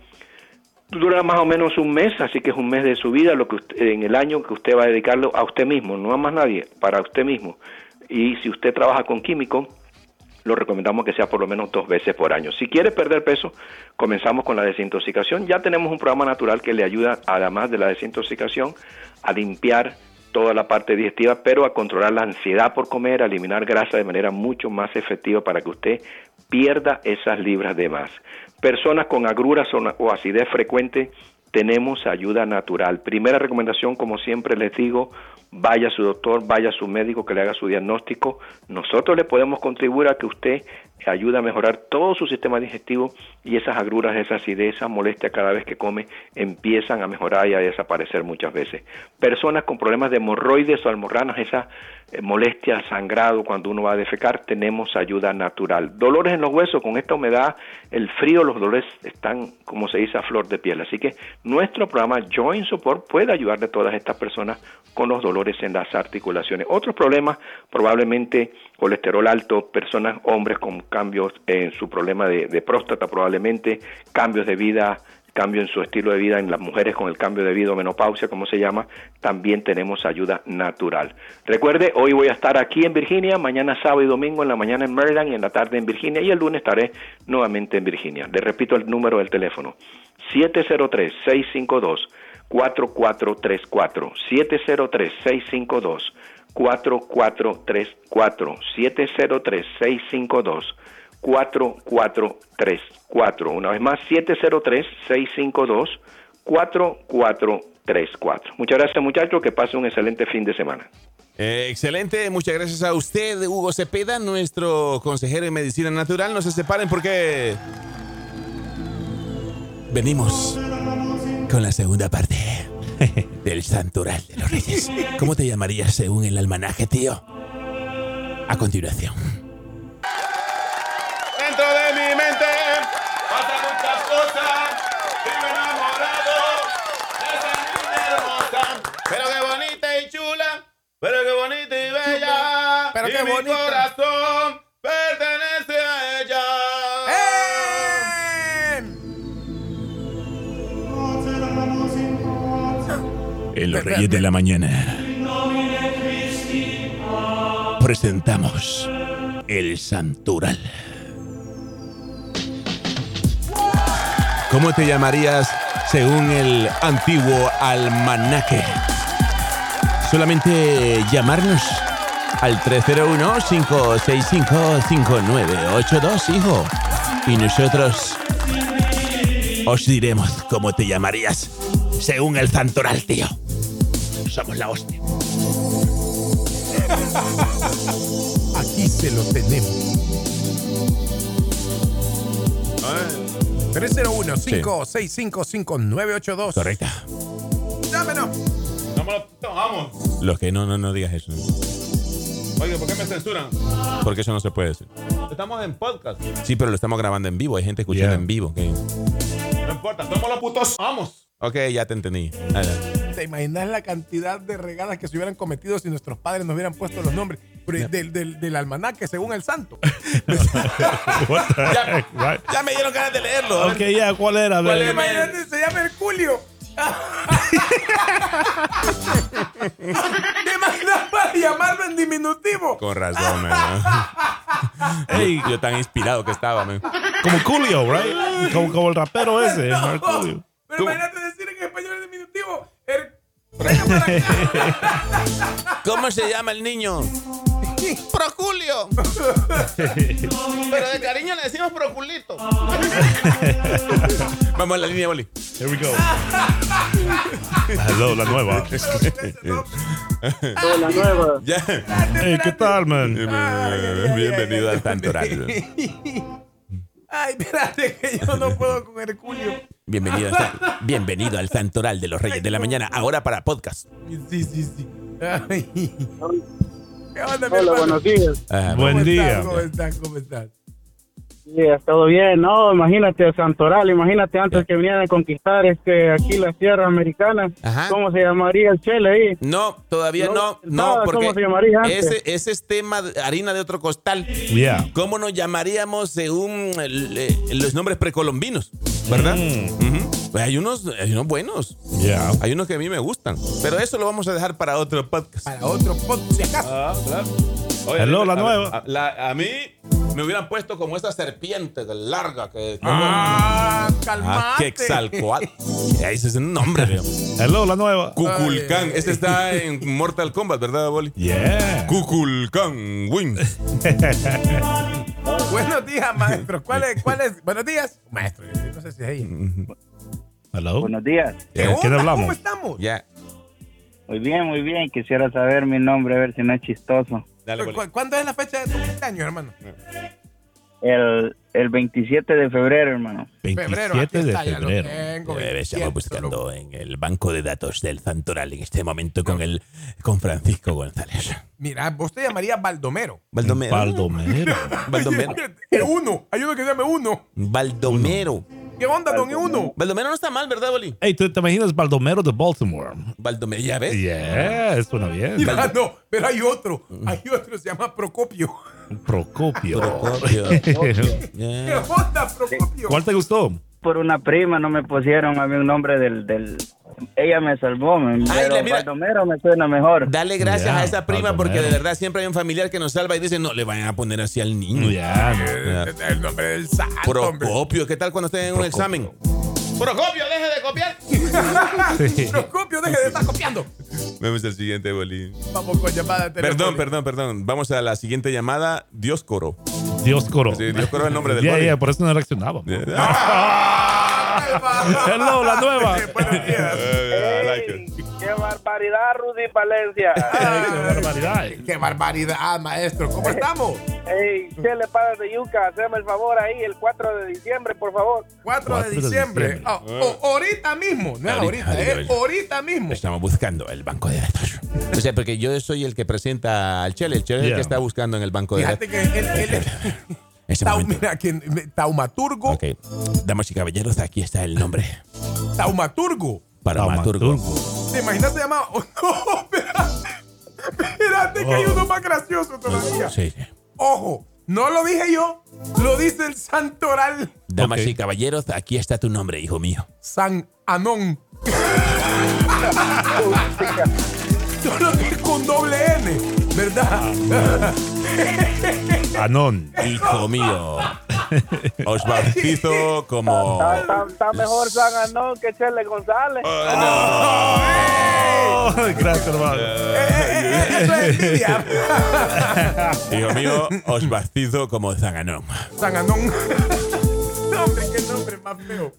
Speaker 10: Dura más o menos un mes, así que es un mes de su vida lo que usted, en el año que usted va a dedicarlo a usted mismo, no a más nadie, para usted mismo. Y si usted trabaja con químico, lo recomendamos que sea por lo menos dos veces por año. Si quiere perder peso, comenzamos con la desintoxicación. Ya tenemos un programa natural que le ayuda, además de la desintoxicación, a limpiar toda la parte digestiva, pero a controlar la ansiedad por comer, a eliminar grasa de manera mucho más efectiva para que usted pierda esas libras de más. Personas con agruras o acidez frecuente, tenemos ayuda natural. Primera recomendación, como siempre les digo, vaya a su doctor, vaya a su médico que le haga su diagnóstico. Nosotros le podemos contribuir a que usted ayude a mejorar todo su sistema digestivo y esas agruras, esa acidez, esas molestias cada vez que come empiezan a mejorar y a desaparecer muchas veces. Personas con problemas de hemorroides o almorranas, esa eh, molestia, sangrado cuando uno va a defecar, tenemos ayuda natural. Dolores en los huesos, con esta humedad, el frío, los dolores están, como se dice, a flor de piel. Así que nuestro programa Joint Support puede ayudarle a todas estas personas con los dolores en las articulaciones. Otros problemas, probablemente colesterol alto, personas, hombres con cambios en su problema de, de próstata, probablemente cambios de vida cambio en su estilo de vida en las mujeres con el cambio de vida o menopausia, como se llama, también tenemos ayuda natural. Recuerde, hoy voy a estar aquí en Virginia, mañana sábado y domingo en la mañana en Maryland y en la tarde en Virginia y el lunes estaré nuevamente en Virginia. Le repito el número del teléfono, 703-652. 4434 703 652 4434 703 652 4434. Una vez más, 703-652-4434. Muchas gracias muchachos, que pasen un excelente fin de semana.
Speaker 3: Eh, excelente, muchas gracias a usted, Hugo Cepeda, nuestro consejero en medicina natural. No se separen porque venimos con la segunda parte del Santoral de los Reyes. ¿Cómo te llamarías según el almanaje, tío? A continuación.
Speaker 6: Dentro de mi mente pasan muchas cosas. Vivo enamorado de esa niña hermosa. Pero qué bonita y chula. Pero qué bonita y bella.
Speaker 5: Pero
Speaker 6: y
Speaker 5: qué
Speaker 6: mi
Speaker 5: bonita.
Speaker 6: corazón pertenece a ella. Eh.
Speaker 3: En los Reyes de la Mañana presentamos el Santural. ¿Cómo te llamarías según el antiguo almanaque? Solamente llamarnos al 301-565-5982, hijo. Y nosotros os diremos cómo te llamarías según el santoral, tío. Somos la hostia.
Speaker 5: Aquí se lo tenemos. 301 565 5982
Speaker 3: Correcta.
Speaker 5: Llámenos.
Speaker 6: No me lo tomamos.
Speaker 3: Los que no, no, no digas eso.
Speaker 6: Oye, ¿por qué me censuran?
Speaker 3: Porque eso no se puede decir.
Speaker 6: Estamos en podcast.
Speaker 3: Sí, pero lo estamos grabando en vivo. Hay gente escuchando
Speaker 4: Yeah.
Speaker 3: en vivo. ok.
Speaker 6: No importa, somos los putos. Vamos.
Speaker 3: Ok, ya te entendí. Adelante.
Speaker 5: ¿Te imaginas la cantidad de regadas que se hubieran cometido si nuestros padres nos hubieran puesto los nombres Pero del, del, del almanaque según el santo?
Speaker 4: *laughs* What the heck, right?
Speaker 3: Ya me dieron ganas de leerlo.
Speaker 4: Ok, ya, ¿cuál era? A ver.
Speaker 5: Imagínate, se llama Merculio. *laughs* ¿Te imaginas para llamarlo en diminutivo?
Speaker 3: Con razón, man.
Speaker 4: *laughs*
Speaker 3: Ey, yo tan inspirado que estaba, man.
Speaker 4: Como Coolio, right? Como, como el rapero
Speaker 5: *laughs*
Speaker 4: ese, Mercurio.
Speaker 5: Pero imagínate decir en español en diminutivo. Her- Venga para acá.
Speaker 3: ¿Cómo se llama el niño?
Speaker 5: aquí.
Speaker 3: *laughs*
Speaker 6: Proculio. Pero de cariño le decimos proculito.
Speaker 3: *laughs* Vamos a la línea, Boli.
Speaker 4: Here we go. Hello, la nueva.
Speaker 7: Hola, nueva.
Speaker 3: Ya.
Speaker 4: Hey, ¿qué tal, man?
Speaker 3: Bienvenido al Santoral.
Speaker 5: *laughs* Ay, espérate que yo no puedo con Herculio.
Speaker 3: Bienvenido, al san- bienvenido al Santoral de los Reyes de la Mañana. Ahora para podcast.
Speaker 5: Sí, sí, sí. Ay. ¿Qué onda, mi
Speaker 7: Hola,
Speaker 5: hermano?
Speaker 7: buenos días.
Speaker 3: Ah,
Speaker 5: ¿Cómo
Speaker 4: Buen
Speaker 5: estás?
Speaker 4: día.
Speaker 5: ¿Cómo estás? ¿Cómo estás?
Speaker 7: Días, todo bien, no, imagínate Santoral, imagínate antes que vinieran a conquistar este aquí las tierras americanas,
Speaker 3: Ajá.
Speaker 7: ¿cómo se llamaría el chele ahí?
Speaker 3: No, todavía no,
Speaker 7: No,
Speaker 3: no,
Speaker 7: nada,
Speaker 3: porque
Speaker 7: ¿cómo se llamaría antes?
Speaker 3: ese, ese es tema de harina de otro costal.
Speaker 4: Yeah.
Speaker 3: ¿Cómo nos llamaríamos según el- eh, los nombres precolombinos? ¿Verdad?
Speaker 4: Mm,
Speaker 3: Ujú. Pues hay unos, hay unos buenos,
Speaker 4: yeah.
Speaker 3: hay unos que a mí me gustan, pero eso lo vamos a dejar para otro podcast.
Speaker 5: Para otro podcast, si acaso.
Speaker 6: Ah, claro. Oye,
Speaker 4: Hello, la
Speaker 6: a-
Speaker 4: nueva.
Speaker 6: A, la- a mí
Speaker 3: Me hubieran puesto como esa serpiente larga que.
Speaker 5: Ah,
Speaker 3: Ah,
Speaker 5: calmate.
Speaker 3: *laughs* Quexalcoatl. Ese es un nombre, veo.
Speaker 4: Hello, la nueva.
Speaker 3: Cuculcán. Este está en Mortal Kombat, ¿verdad, Boli?
Speaker 4: Yeah.
Speaker 3: Cuculcán Wings.
Speaker 5: *laughs* Buenos días, maestro. ¿Cuál es? ¿Cuál es? Buenos días, maestro. yo No sé si es ella.
Speaker 4: Hello.
Speaker 11: Buenos días.
Speaker 4: ¿De
Speaker 5: onda?
Speaker 4: quién hablamos?
Speaker 5: ¿Cómo estamos?
Speaker 3: Ya.
Speaker 11: Muy bien, muy bien. Quisiera saber mi nombre, a ver si no es chistoso.
Speaker 3: Dale,
Speaker 5: ¿Cu-
Speaker 3: Boli.
Speaker 5: cu- ¿Cuándo es la fecha de tu cumpleaños, hermano?
Speaker 11: El, el 27 de febrero, hermano.
Speaker 4: 27
Speaker 5: aquí
Speaker 4: de
Speaker 5: está, ya lo
Speaker 4: febrero.
Speaker 5: tengo,
Speaker 3: Eh,
Speaker 5: 27,
Speaker 3: Estamos buscando en el banco de datos del Santoral en este momento con el con Francisco González.
Speaker 5: Mira, vos te llamarías Baldomero.
Speaker 3: Baldomero.
Speaker 4: Baldomero.
Speaker 3: Baldomero.
Speaker 5: El uno. Hay uno que se llama uno.
Speaker 3: Baldomero.
Speaker 5: ¿Qué onda, don uno?
Speaker 3: Baldomero no está mal, ¿verdad, Boli?
Speaker 4: Hey, ¿tú te imaginas Baldomero de Baltimore?
Speaker 3: Baldomero, ya ves.
Speaker 4: Yeah, suena
Speaker 5: ¿Eh?
Speaker 4: bien.
Speaker 5: Mira, no, pero hay otro. Hay otro, se llama Procopio.
Speaker 4: Procopio.
Speaker 3: Procopio.
Speaker 5: ¿Qué
Speaker 3: Ya.
Speaker 5: onda, Procopio?
Speaker 4: *laughs* ¿Cuál te gustó?
Speaker 11: Por una prima no me pusieron a mí un nombre del... del ella me salvó, me,
Speaker 3: le
Speaker 11: pero
Speaker 3: mira.
Speaker 11: Baldomero me suena mejor.
Speaker 3: Dale gracias
Speaker 4: Ya,
Speaker 3: a esa prima porque de
Speaker 4: Baldomero.
Speaker 3: verdad siempre hay un familiar que nos salva y dice, no le vayan a poner así al
Speaker 5: Mm.
Speaker 3: niño.
Speaker 4: Yeah.
Speaker 5: Eh, El nombre del santo, hombre.
Speaker 3: Procopio, ¿qué tal cuando estén en un examen?
Speaker 6: Procopio, deje de copiar.
Speaker 5: Eh. Procopio, deje de estar copiando.
Speaker 3: Vemos el siguiente, Boli.
Speaker 5: Vamos con llamada
Speaker 3: Perdón,
Speaker 5: telefónica.
Speaker 3: perdón, perdón. Vamos a la siguiente llamada. Dios coro.
Speaker 4: Dios coro.
Speaker 3: Sí, Dios coro es el nombre del
Speaker 4: Yeah,
Speaker 3: Boli.
Speaker 4: yeah, por eso no reaccionaba.
Speaker 5: Hello,
Speaker 4: *laughs* Hello,
Speaker 3: *laughs*
Speaker 4: la nueva.
Speaker 5: Buenos
Speaker 4: *laughs*
Speaker 5: días.
Speaker 3: Eh, I like it.
Speaker 11: ¡Qué barbaridad, Rudy
Speaker 3: *laughs*
Speaker 11: Valencia!
Speaker 4: Ay, qué barbaridad.
Speaker 5: Qué barbaridad, maestro. ¿Cómo estamos?
Speaker 11: ¡Ey, Chele Padre de Yuca, haceme el favor ahí el 4 de diciembre, por favor!
Speaker 5: 4 de
Speaker 4: de
Speaker 5: diciembre.
Speaker 4: diciembre.
Speaker 5: Ah, o- ahorita mismo. No es
Speaker 3: Ahorita,
Speaker 5: ahorita,
Speaker 3: ahorita,
Speaker 5: es ahorita mismo.
Speaker 3: Estamos buscando el banco de datos. O sea, porque yo soy el que presenta al Chele. El Chele es el
Speaker 4: Yeah.
Speaker 3: que está buscando en el banco de
Speaker 5: Fíjate
Speaker 3: datos.
Speaker 5: que él, él es
Speaker 3: En *laughs* ese
Speaker 5: tau-
Speaker 3: momento.
Speaker 5: mira, que- taumaturgo,
Speaker 3: Ok. Damas y caballeros, aquí está el nombre.
Speaker 5: taumaturgo.
Speaker 3: Para Maturgo.
Speaker 4: Taumaturgo.
Speaker 5: ¿Te imaginas se llama? *laughs* Oh, no, espérate. Espérate que hay uno más gracioso todavía.
Speaker 3: Sí. sí.
Speaker 5: Ojo, no lo dije yo, lo dice el santoral
Speaker 3: Damas
Speaker 4: Ok.
Speaker 3: y caballeros, aquí está tu nombre, hijo mío.
Speaker 5: San Anón. Solo que es con doble N, ¿verdad?
Speaker 4: Anón.
Speaker 5: *laughs*
Speaker 3: Hijo mío. Os bautizo como.
Speaker 11: Está, está mejor San Anón que Chele González.
Speaker 9: Ah.
Speaker 4: Oh, gracias, hermano.
Speaker 5: Eh, eh, eh, Eso es envidia.
Speaker 3: Hijo mío, os bautizo como Zanganón.
Speaker 5: San Anón. *laughs* No, hombre, qué nombre más feo.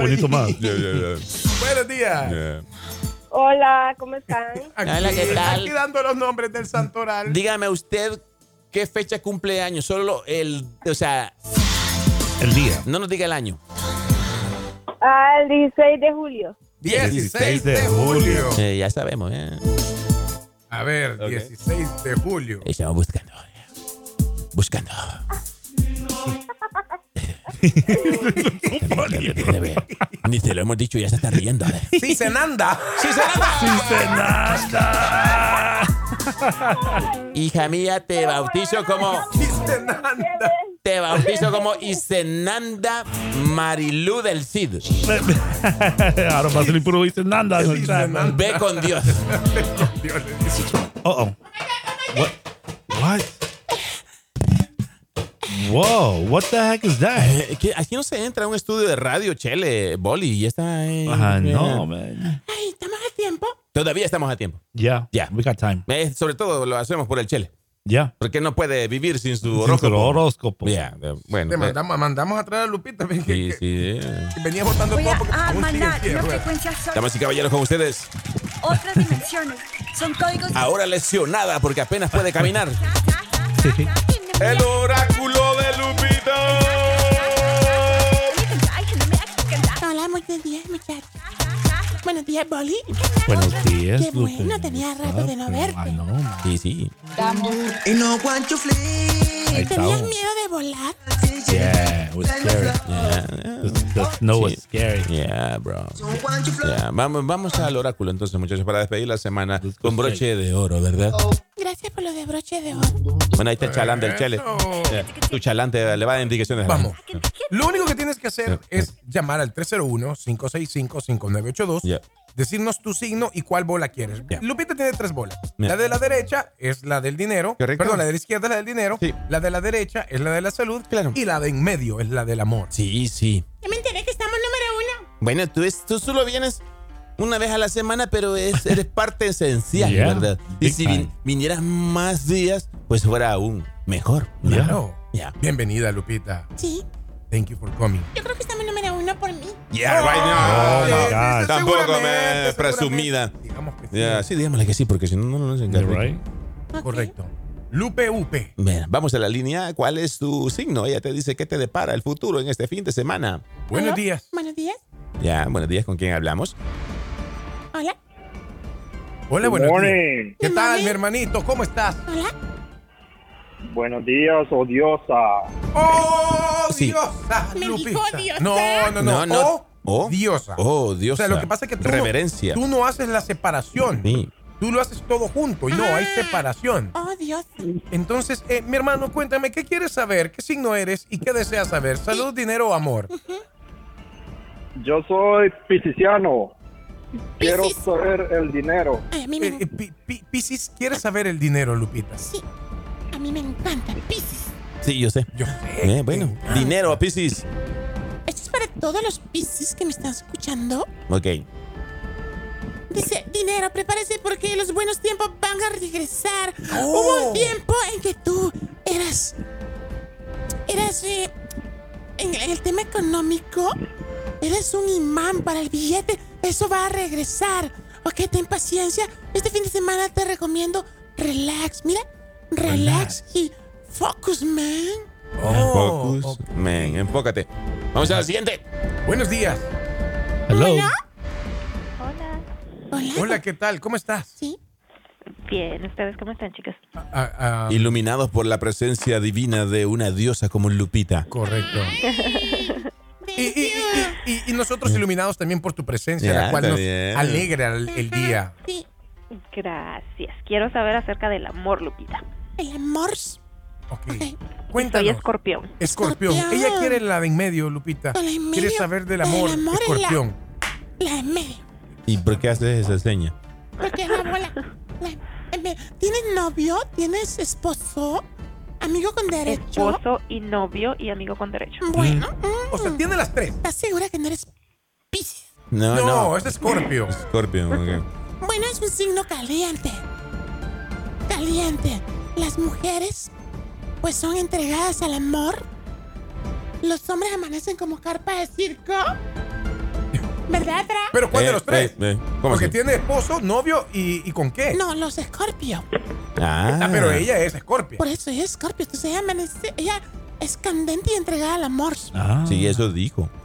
Speaker 4: Bonito más.
Speaker 5: Buenos días.
Speaker 1: Hola, ¿cómo están?
Speaker 3: *laughs*
Speaker 5: Aquí,
Speaker 3: Hola, ¿qué tal?
Speaker 5: aquí dando los nombres del santoral.
Speaker 3: Dígame usted qué fecha cumple año. Solo el. O sea,
Speaker 4: El día.
Speaker 3: no nos diga el año.
Speaker 9: Ah,
Speaker 1: Al 16 de julio.
Speaker 5: 16 de julio.
Speaker 3: Eh, ya sabemos, ¿eh?
Speaker 5: A ver, 16 de julio.
Speaker 3: Estamos buscando. ¿eh? *laughs* Buscando. Ni se lo hemos dicho, ya se está riendo. ¿eh?
Speaker 5: Sí, Senanda. *laughs* Sí,
Speaker 3: Hija mía, te bautizo como.
Speaker 5: Senanda.
Speaker 3: Te bautizo como Isenanda Marilú del Cid.
Speaker 4: Ahora va a salir puro dice Nanda. en el chat, man.
Speaker 3: Ve con Dios.
Speaker 5: Dios le dice.
Speaker 4: Uh-oh. Oh, What? What? Whoa, what the heck is that?
Speaker 3: Eh, que Aquí no se entra a un estudio de radio, Chele, Boli, y está. eh,
Speaker 4: I
Speaker 3: eh,
Speaker 4: know, man.
Speaker 3: Ay, estamos a tiempo. Todavía estamos a tiempo.
Speaker 4: Yeah.
Speaker 3: Yeah.
Speaker 4: We got time.
Speaker 3: Eh, sobre todo lo hacemos por el Chele.
Speaker 4: Ya.
Speaker 3: Porque no puede vivir sin su
Speaker 4: Sin su
Speaker 3: horóscopo.
Speaker 4: horóscopo.
Speaker 3: Ya, bueno.
Speaker 5: Te
Speaker 3: eh,
Speaker 5: mandamos, mandamos a traer a Lupita. ven, que-
Speaker 3: Sí, sí. eh.
Speaker 5: que venía votando todo porque
Speaker 12: Ah,
Speaker 5: aún sigue en
Speaker 12: maná,
Speaker 5: silla de
Speaker 12: no
Speaker 5: ruedas.
Speaker 12: frecuencias son
Speaker 3: Damas y caballeros, con ustedes.
Speaker 12: otras dimensiones. Son códigos.
Speaker 3: Ahora lesionada porque apenas puede caminar. *laughs* Eh.
Speaker 6: El oráculo de Lupita.
Speaker 13: Hola, muy buenos días, muchachos. Buenos días, Boli.
Speaker 4: Buenos días,
Speaker 13: Qué
Speaker 4: Lupe.
Speaker 13: bueno, tenía rato de no verte.
Speaker 4: Ah, no.
Speaker 3: Sí, sí.
Speaker 13: Y no want to
Speaker 4: Ahí
Speaker 13: flee.
Speaker 4: estamos.
Speaker 13: Eh, ¿Tenías miedo de volar?
Speaker 4: Yeah, it was scary.
Speaker 3: Yeah.
Speaker 4: *laughs* The snow was
Speaker 3: Sí.
Speaker 4: scary.
Speaker 3: Yeah, bro. Yeah. Vamos, vamos al oráculo entonces, muchachos, para despedir la semana con broche de oro, ¿verdad?
Speaker 13: Gracias por lo de broche de oro.
Speaker 3: Bueno, ahí está el chalán del chele. Yeah. Tu chalán te- le va a dar indicaciones. Vamos.
Speaker 5: Lo único que tienes que hacer es llamar al 301-565-5982, decirnos tu signo y cuál bola quieres. Lupita tiene tres bolas.
Speaker 3: Ya.
Speaker 5: La de la derecha es la del dinero. Perdón, la de la izquierda es la del dinero. La de la derecha es la de la salud. Y la de en medio es la del amor.
Speaker 3: Sí, sí.
Speaker 13: Ya me enteré que estamos número uno.
Speaker 3: Bueno, tú, es- tú solo vienes una vez a la semana, pero es, eres parte esencial,
Speaker 4: Yeah,
Speaker 3: ¿verdad? Y
Speaker 4: big
Speaker 3: si vin-
Speaker 4: time.
Speaker 3: vinieras más días, pues fuera aún mejor.
Speaker 5: Claro. Bienvenida, Lupita.
Speaker 13: Sí.
Speaker 5: Thank you for coming.
Speaker 13: Yo creo que estamos número uno por mí.
Speaker 3: Yeah, right
Speaker 5: Oh,
Speaker 3: now.
Speaker 5: my God.
Speaker 3: Tampoco me
Speaker 5: Seguramente,
Speaker 3: presumida.
Speaker 5: Digamos que sí.
Speaker 3: Yeah, sí, digámosle que sí, porque si no, no nos encarga.
Speaker 5: Correcto. Lupe Upe.
Speaker 3: Bien, vamos a la línea. ¿Cuál es tu signo? Ella te dice qué te depara el futuro en este fin de semana.
Speaker 13: Aló, Buenos días.
Speaker 3: Ya, buenos días. ¿Con quién hablamos?
Speaker 13: Hola.
Speaker 5: Hola,
Speaker 14: Good
Speaker 5: buenos
Speaker 14: morning.
Speaker 5: días. ¿Qué tal, mi hermanito? ¿Cómo estás?
Speaker 14: Buenos días, odiosa.
Speaker 5: ¡Oh,
Speaker 3: Sí.
Speaker 5: diosa!
Speaker 13: Me
Speaker 5: Lupita.
Speaker 13: dijo diosa.
Speaker 5: No, no, no. Oh,
Speaker 3: Oh,
Speaker 5: diosa.
Speaker 3: Oh,
Speaker 5: o
Speaker 3: diosa.
Speaker 5: sea, lo que pasa es que tú,
Speaker 3: Reverencia.
Speaker 5: No, tú no haces la separación.
Speaker 3: Sí.
Speaker 5: Tú lo haces todo junto y no hay
Speaker 13: Ah.
Speaker 5: separación.
Speaker 13: Oh, Dios.
Speaker 5: Entonces, eh, mi hermano, cuéntame, ¿qué quieres saber? ¿Qué signo eres y qué deseas saber? ¿Salud, dinero o amor?
Speaker 14: Yo soy pisciano. Quiero saber el dinero.
Speaker 5: Eh, eh, Pi- Pi- Piscis, ¿quieres saber el dinero, Lupita? Sí.
Speaker 13: A mí me encanta. Piscis.
Speaker 3: Sí, yo sé.
Speaker 5: Yo
Speaker 3: sé. bueno, dinero, Piscis.
Speaker 13: Esto es para todos los piscis que me están escuchando.
Speaker 3: Ok.
Speaker 13: Dice, dinero, prepárese porque los buenos tiempos van a regresar. Hubo un tiempo en que tú eras... Eras... eh, en el tema económico, eres un imán para el billete. Eso va a regresar. Ok, ten paciencia. Este fin de semana te recomiendo relax. Mira, relax, y focus, man.
Speaker 5: Oh,
Speaker 3: Focus. Man, enfócate. Vamos a la siguiente.
Speaker 5: Buenos días.
Speaker 3: Hello.
Speaker 13: Hola.
Speaker 5: Hola, ¿qué tal? ¿Cómo estás? Ah,
Speaker 13: Sí.
Speaker 15: Bien, ¿ustedes cómo están, chicas?
Speaker 3: Iluminados por la presencia divina de una diosa como Lupita.
Speaker 5: Correcto. Y, y- y- y- y nosotros iluminados también por tu presencia,
Speaker 3: Ya,
Speaker 5: la cual
Speaker 3: está
Speaker 5: nos
Speaker 3: bien.
Speaker 5: alegra el, el día.
Speaker 15: Gracias. Quiero saber acerca del amor, Lupita.
Speaker 13: El amor.
Speaker 5: Cuéntanos.
Speaker 15: Soy escorpión.
Speaker 5: Escorpión.
Speaker 15: Escorpión.
Speaker 5: Ella quiere la de en medio, Lupita.
Speaker 13: La de en
Speaker 5: Quiere
Speaker 13: medio.
Speaker 5: saber del
Speaker 13: La del
Speaker 5: amor,
Speaker 13: amor es la-
Speaker 5: escorpión.
Speaker 13: La M.
Speaker 3: ¿Y por qué haces esa seña?
Speaker 13: Porque la abuela. La, M. ¿Tienes novio? ¿Tienes esposo? ¿Amigo con derecho?
Speaker 15: Esposo y novio y amigo con derecho.
Speaker 13: Bueno.
Speaker 5: O
Speaker 13: Mm.
Speaker 5: sea, tiene las tres.
Speaker 13: ¿Estás segura que no eres
Speaker 3: No, no.
Speaker 5: No, es Escorpio.
Speaker 3: Escorpio, ok.
Speaker 13: Bueno, es un signo caliente. Caliente. Las mujeres, pues son entregadas al amor. Los hombres amanecen como carpa de circo. ¿Verdad, Tra?
Speaker 5: Pero *laughs* ¿cuál
Speaker 3: Eh,
Speaker 5: de los tres?
Speaker 3: eh, eh, ¿Cómo
Speaker 5: Porque
Speaker 3: así?
Speaker 5: tiene esposo, novio y, y con qué.
Speaker 13: No, los escorpios.
Speaker 3: Ah.
Speaker 5: Ah, pero ella es escorpio.
Speaker 13: Por eso ella es escorpio. Entonces ella, amanece- ella es candente y entregada al amor.
Speaker 4: Ah.
Speaker 3: Sí, eso
Speaker 5: *laughs*
Speaker 3: dijo. *laughs*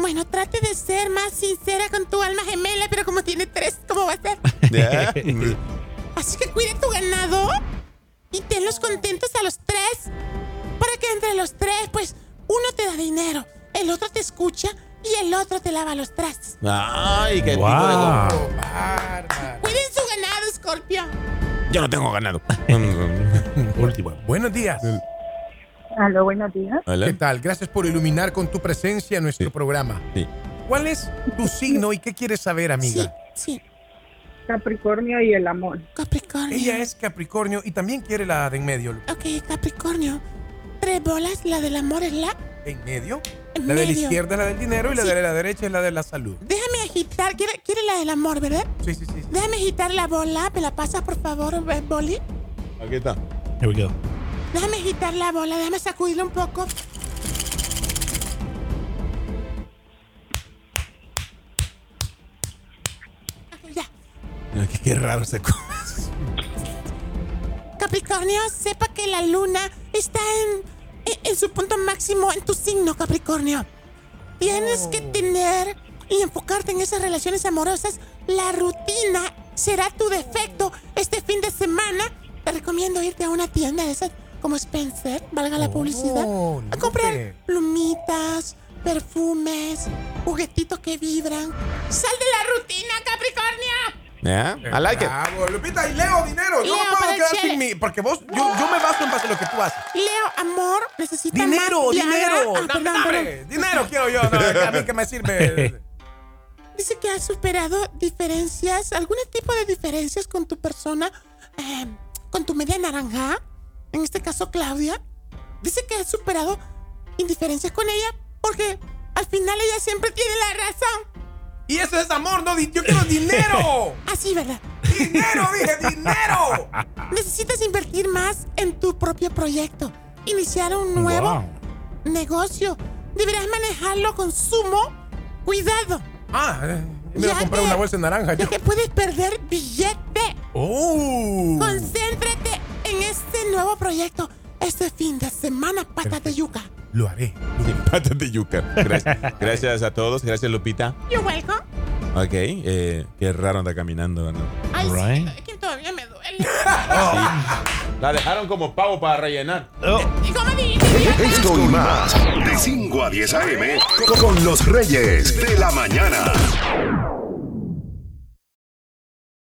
Speaker 13: Bueno, trate de ser más sincera con tu alma gemela, pero como tiene tres, ¿cómo va a ser?
Speaker 3: Ya.
Speaker 13: Así que cuide tu ganado y tenlos contentos a los tres. Para que entre los tres, pues, uno te da dinero, el otro te escucha y el otro te lava los trastes.
Speaker 3: Ay, qué tipo de
Speaker 4: Wow.
Speaker 5: Oh,
Speaker 3: gorro.
Speaker 13: Cuiden su ganado, Scorpio.
Speaker 3: Yo no tengo
Speaker 13: *laughs*
Speaker 3: ganado. Mm.
Speaker 5: Último. Buenos días.
Speaker 9: Aló, buenos días.
Speaker 5: ¿Qué tal? Gracias por iluminar con tu presencia nuestro programa.
Speaker 3: Sí.
Speaker 5: ¿Cuál es tu signo y qué quieres saber, amiga?
Speaker 13: Sí.
Speaker 9: Capricornio y el amor.
Speaker 13: Capricornio.
Speaker 5: Ella es Capricornio y también quiere la de en medio. Lu-
Speaker 13: Ok, Capricornio. Tres bolas, la del amor es la.
Speaker 5: ¿En medio?
Speaker 13: En
Speaker 5: la de la
Speaker 13: medio.
Speaker 5: izquierda es la del dinero y la de la derecha es la de la salud.
Speaker 13: Déjame agitar. ¿Quiere, quiere la del amor, verdad?
Speaker 5: Sí, sí, sí.
Speaker 13: Déjame agitar la bola. ¿Me la pasa, por favor, Boli?
Speaker 3: Aquí está.
Speaker 4: Here we go.
Speaker 13: Déjame agitar la bola, déjame sacudirla un poco.
Speaker 3: Qué, qué raro se co-
Speaker 13: Capricornio, sepa que la luna está en, en- en su punto máximo en tu signo, Capricornio. Tienes que tener y enfocarte en esas relaciones amorosas. La rutina será tu defecto este fin de semana. Te recomiendo irte a una tienda de esas como Spencer, valga la publicidad, a comprar plumitas, perfumes, juguetitos que vibran. ¡Sal de la rutina, Capricornio!
Speaker 3: Yeah, I like it.
Speaker 5: Bravo, Lupita, y Leo, dinero. Yo
Speaker 13: Leo,
Speaker 5: no puedo
Speaker 13: para el
Speaker 5: quedar
Speaker 13: chile.
Speaker 5: sin mí. Porque vos, yo, yo me baso en base a lo que tú haces.
Speaker 13: Leo, amor, necesita
Speaker 5: Dinero,
Speaker 13: más Viagra.
Speaker 5: dinero.
Speaker 13: Ah, perdón,
Speaker 5: Dame,
Speaker 13: perdón.
Speaker 5: dame. Dinero quiero yo. No, a mí que me
Speaker 13: *laughs*
Speaker 5: sirve.
Speaker 13: Dice que has superado diferencias, algún tipo de diferencias con tu persona, eh, con tu media naranja, en este caso Claudia. Dice que has superado indiferencias con ella porque al final ella siempre tiene la
Speaker 3: *laughs*
Speaker 13: razón.
Speaker 5: Y eso es amor, no, di- yo quiero dinero.
Speaker 13: *laughs* Así, ¿verdad?
Speaker 5: Dinero, dije,
Speaker 13: *laughs*
Speaker 5: dinero.
Speaker 13: Necesitas invertir más en tu propio proyecto, iniciar un nuevo
Speaker 4: Wow.
Speaker 13: negocio. Deberás manejarlo con sumo cuidado,
Speaker 5: Ah, eh, me voy a
Speaker 13: Ya
Speaker 5: comprar
Speaker 13: que-
Speaker 5: una bolsa de naranja.
Speaker 13: *laughs*
Speaker 5: Yo.
Speaker 13: ya que puedes perder billete.
Speaker 5: Oh.
Speaker 13: Concéntrate en este nuevo proyecto. Este fin de semana, pata de yuca.
Speaker 5: Lo haré.
Speaker 3: Patas de yuca. Gracias, gracias a todos. Gracias, Lupita.
Speaker 13: You're welcome.
Speaker 3: Ok. eh, qué raro anda caminando, ¿verdad?
Speaker 13: Ay,
Speaker 3: Right.
Speaker 13: sí, es que todavía me duele.
Speaker 3: La dejaron como pavo para rellenar.
Speaker 13: ¿Y cómo
Speaker 2: *laughs*
Speaker 13: dijiste?
Speaker 2: Esto y más, de 5 a 10 a.m. con los Reyes de la Mañana.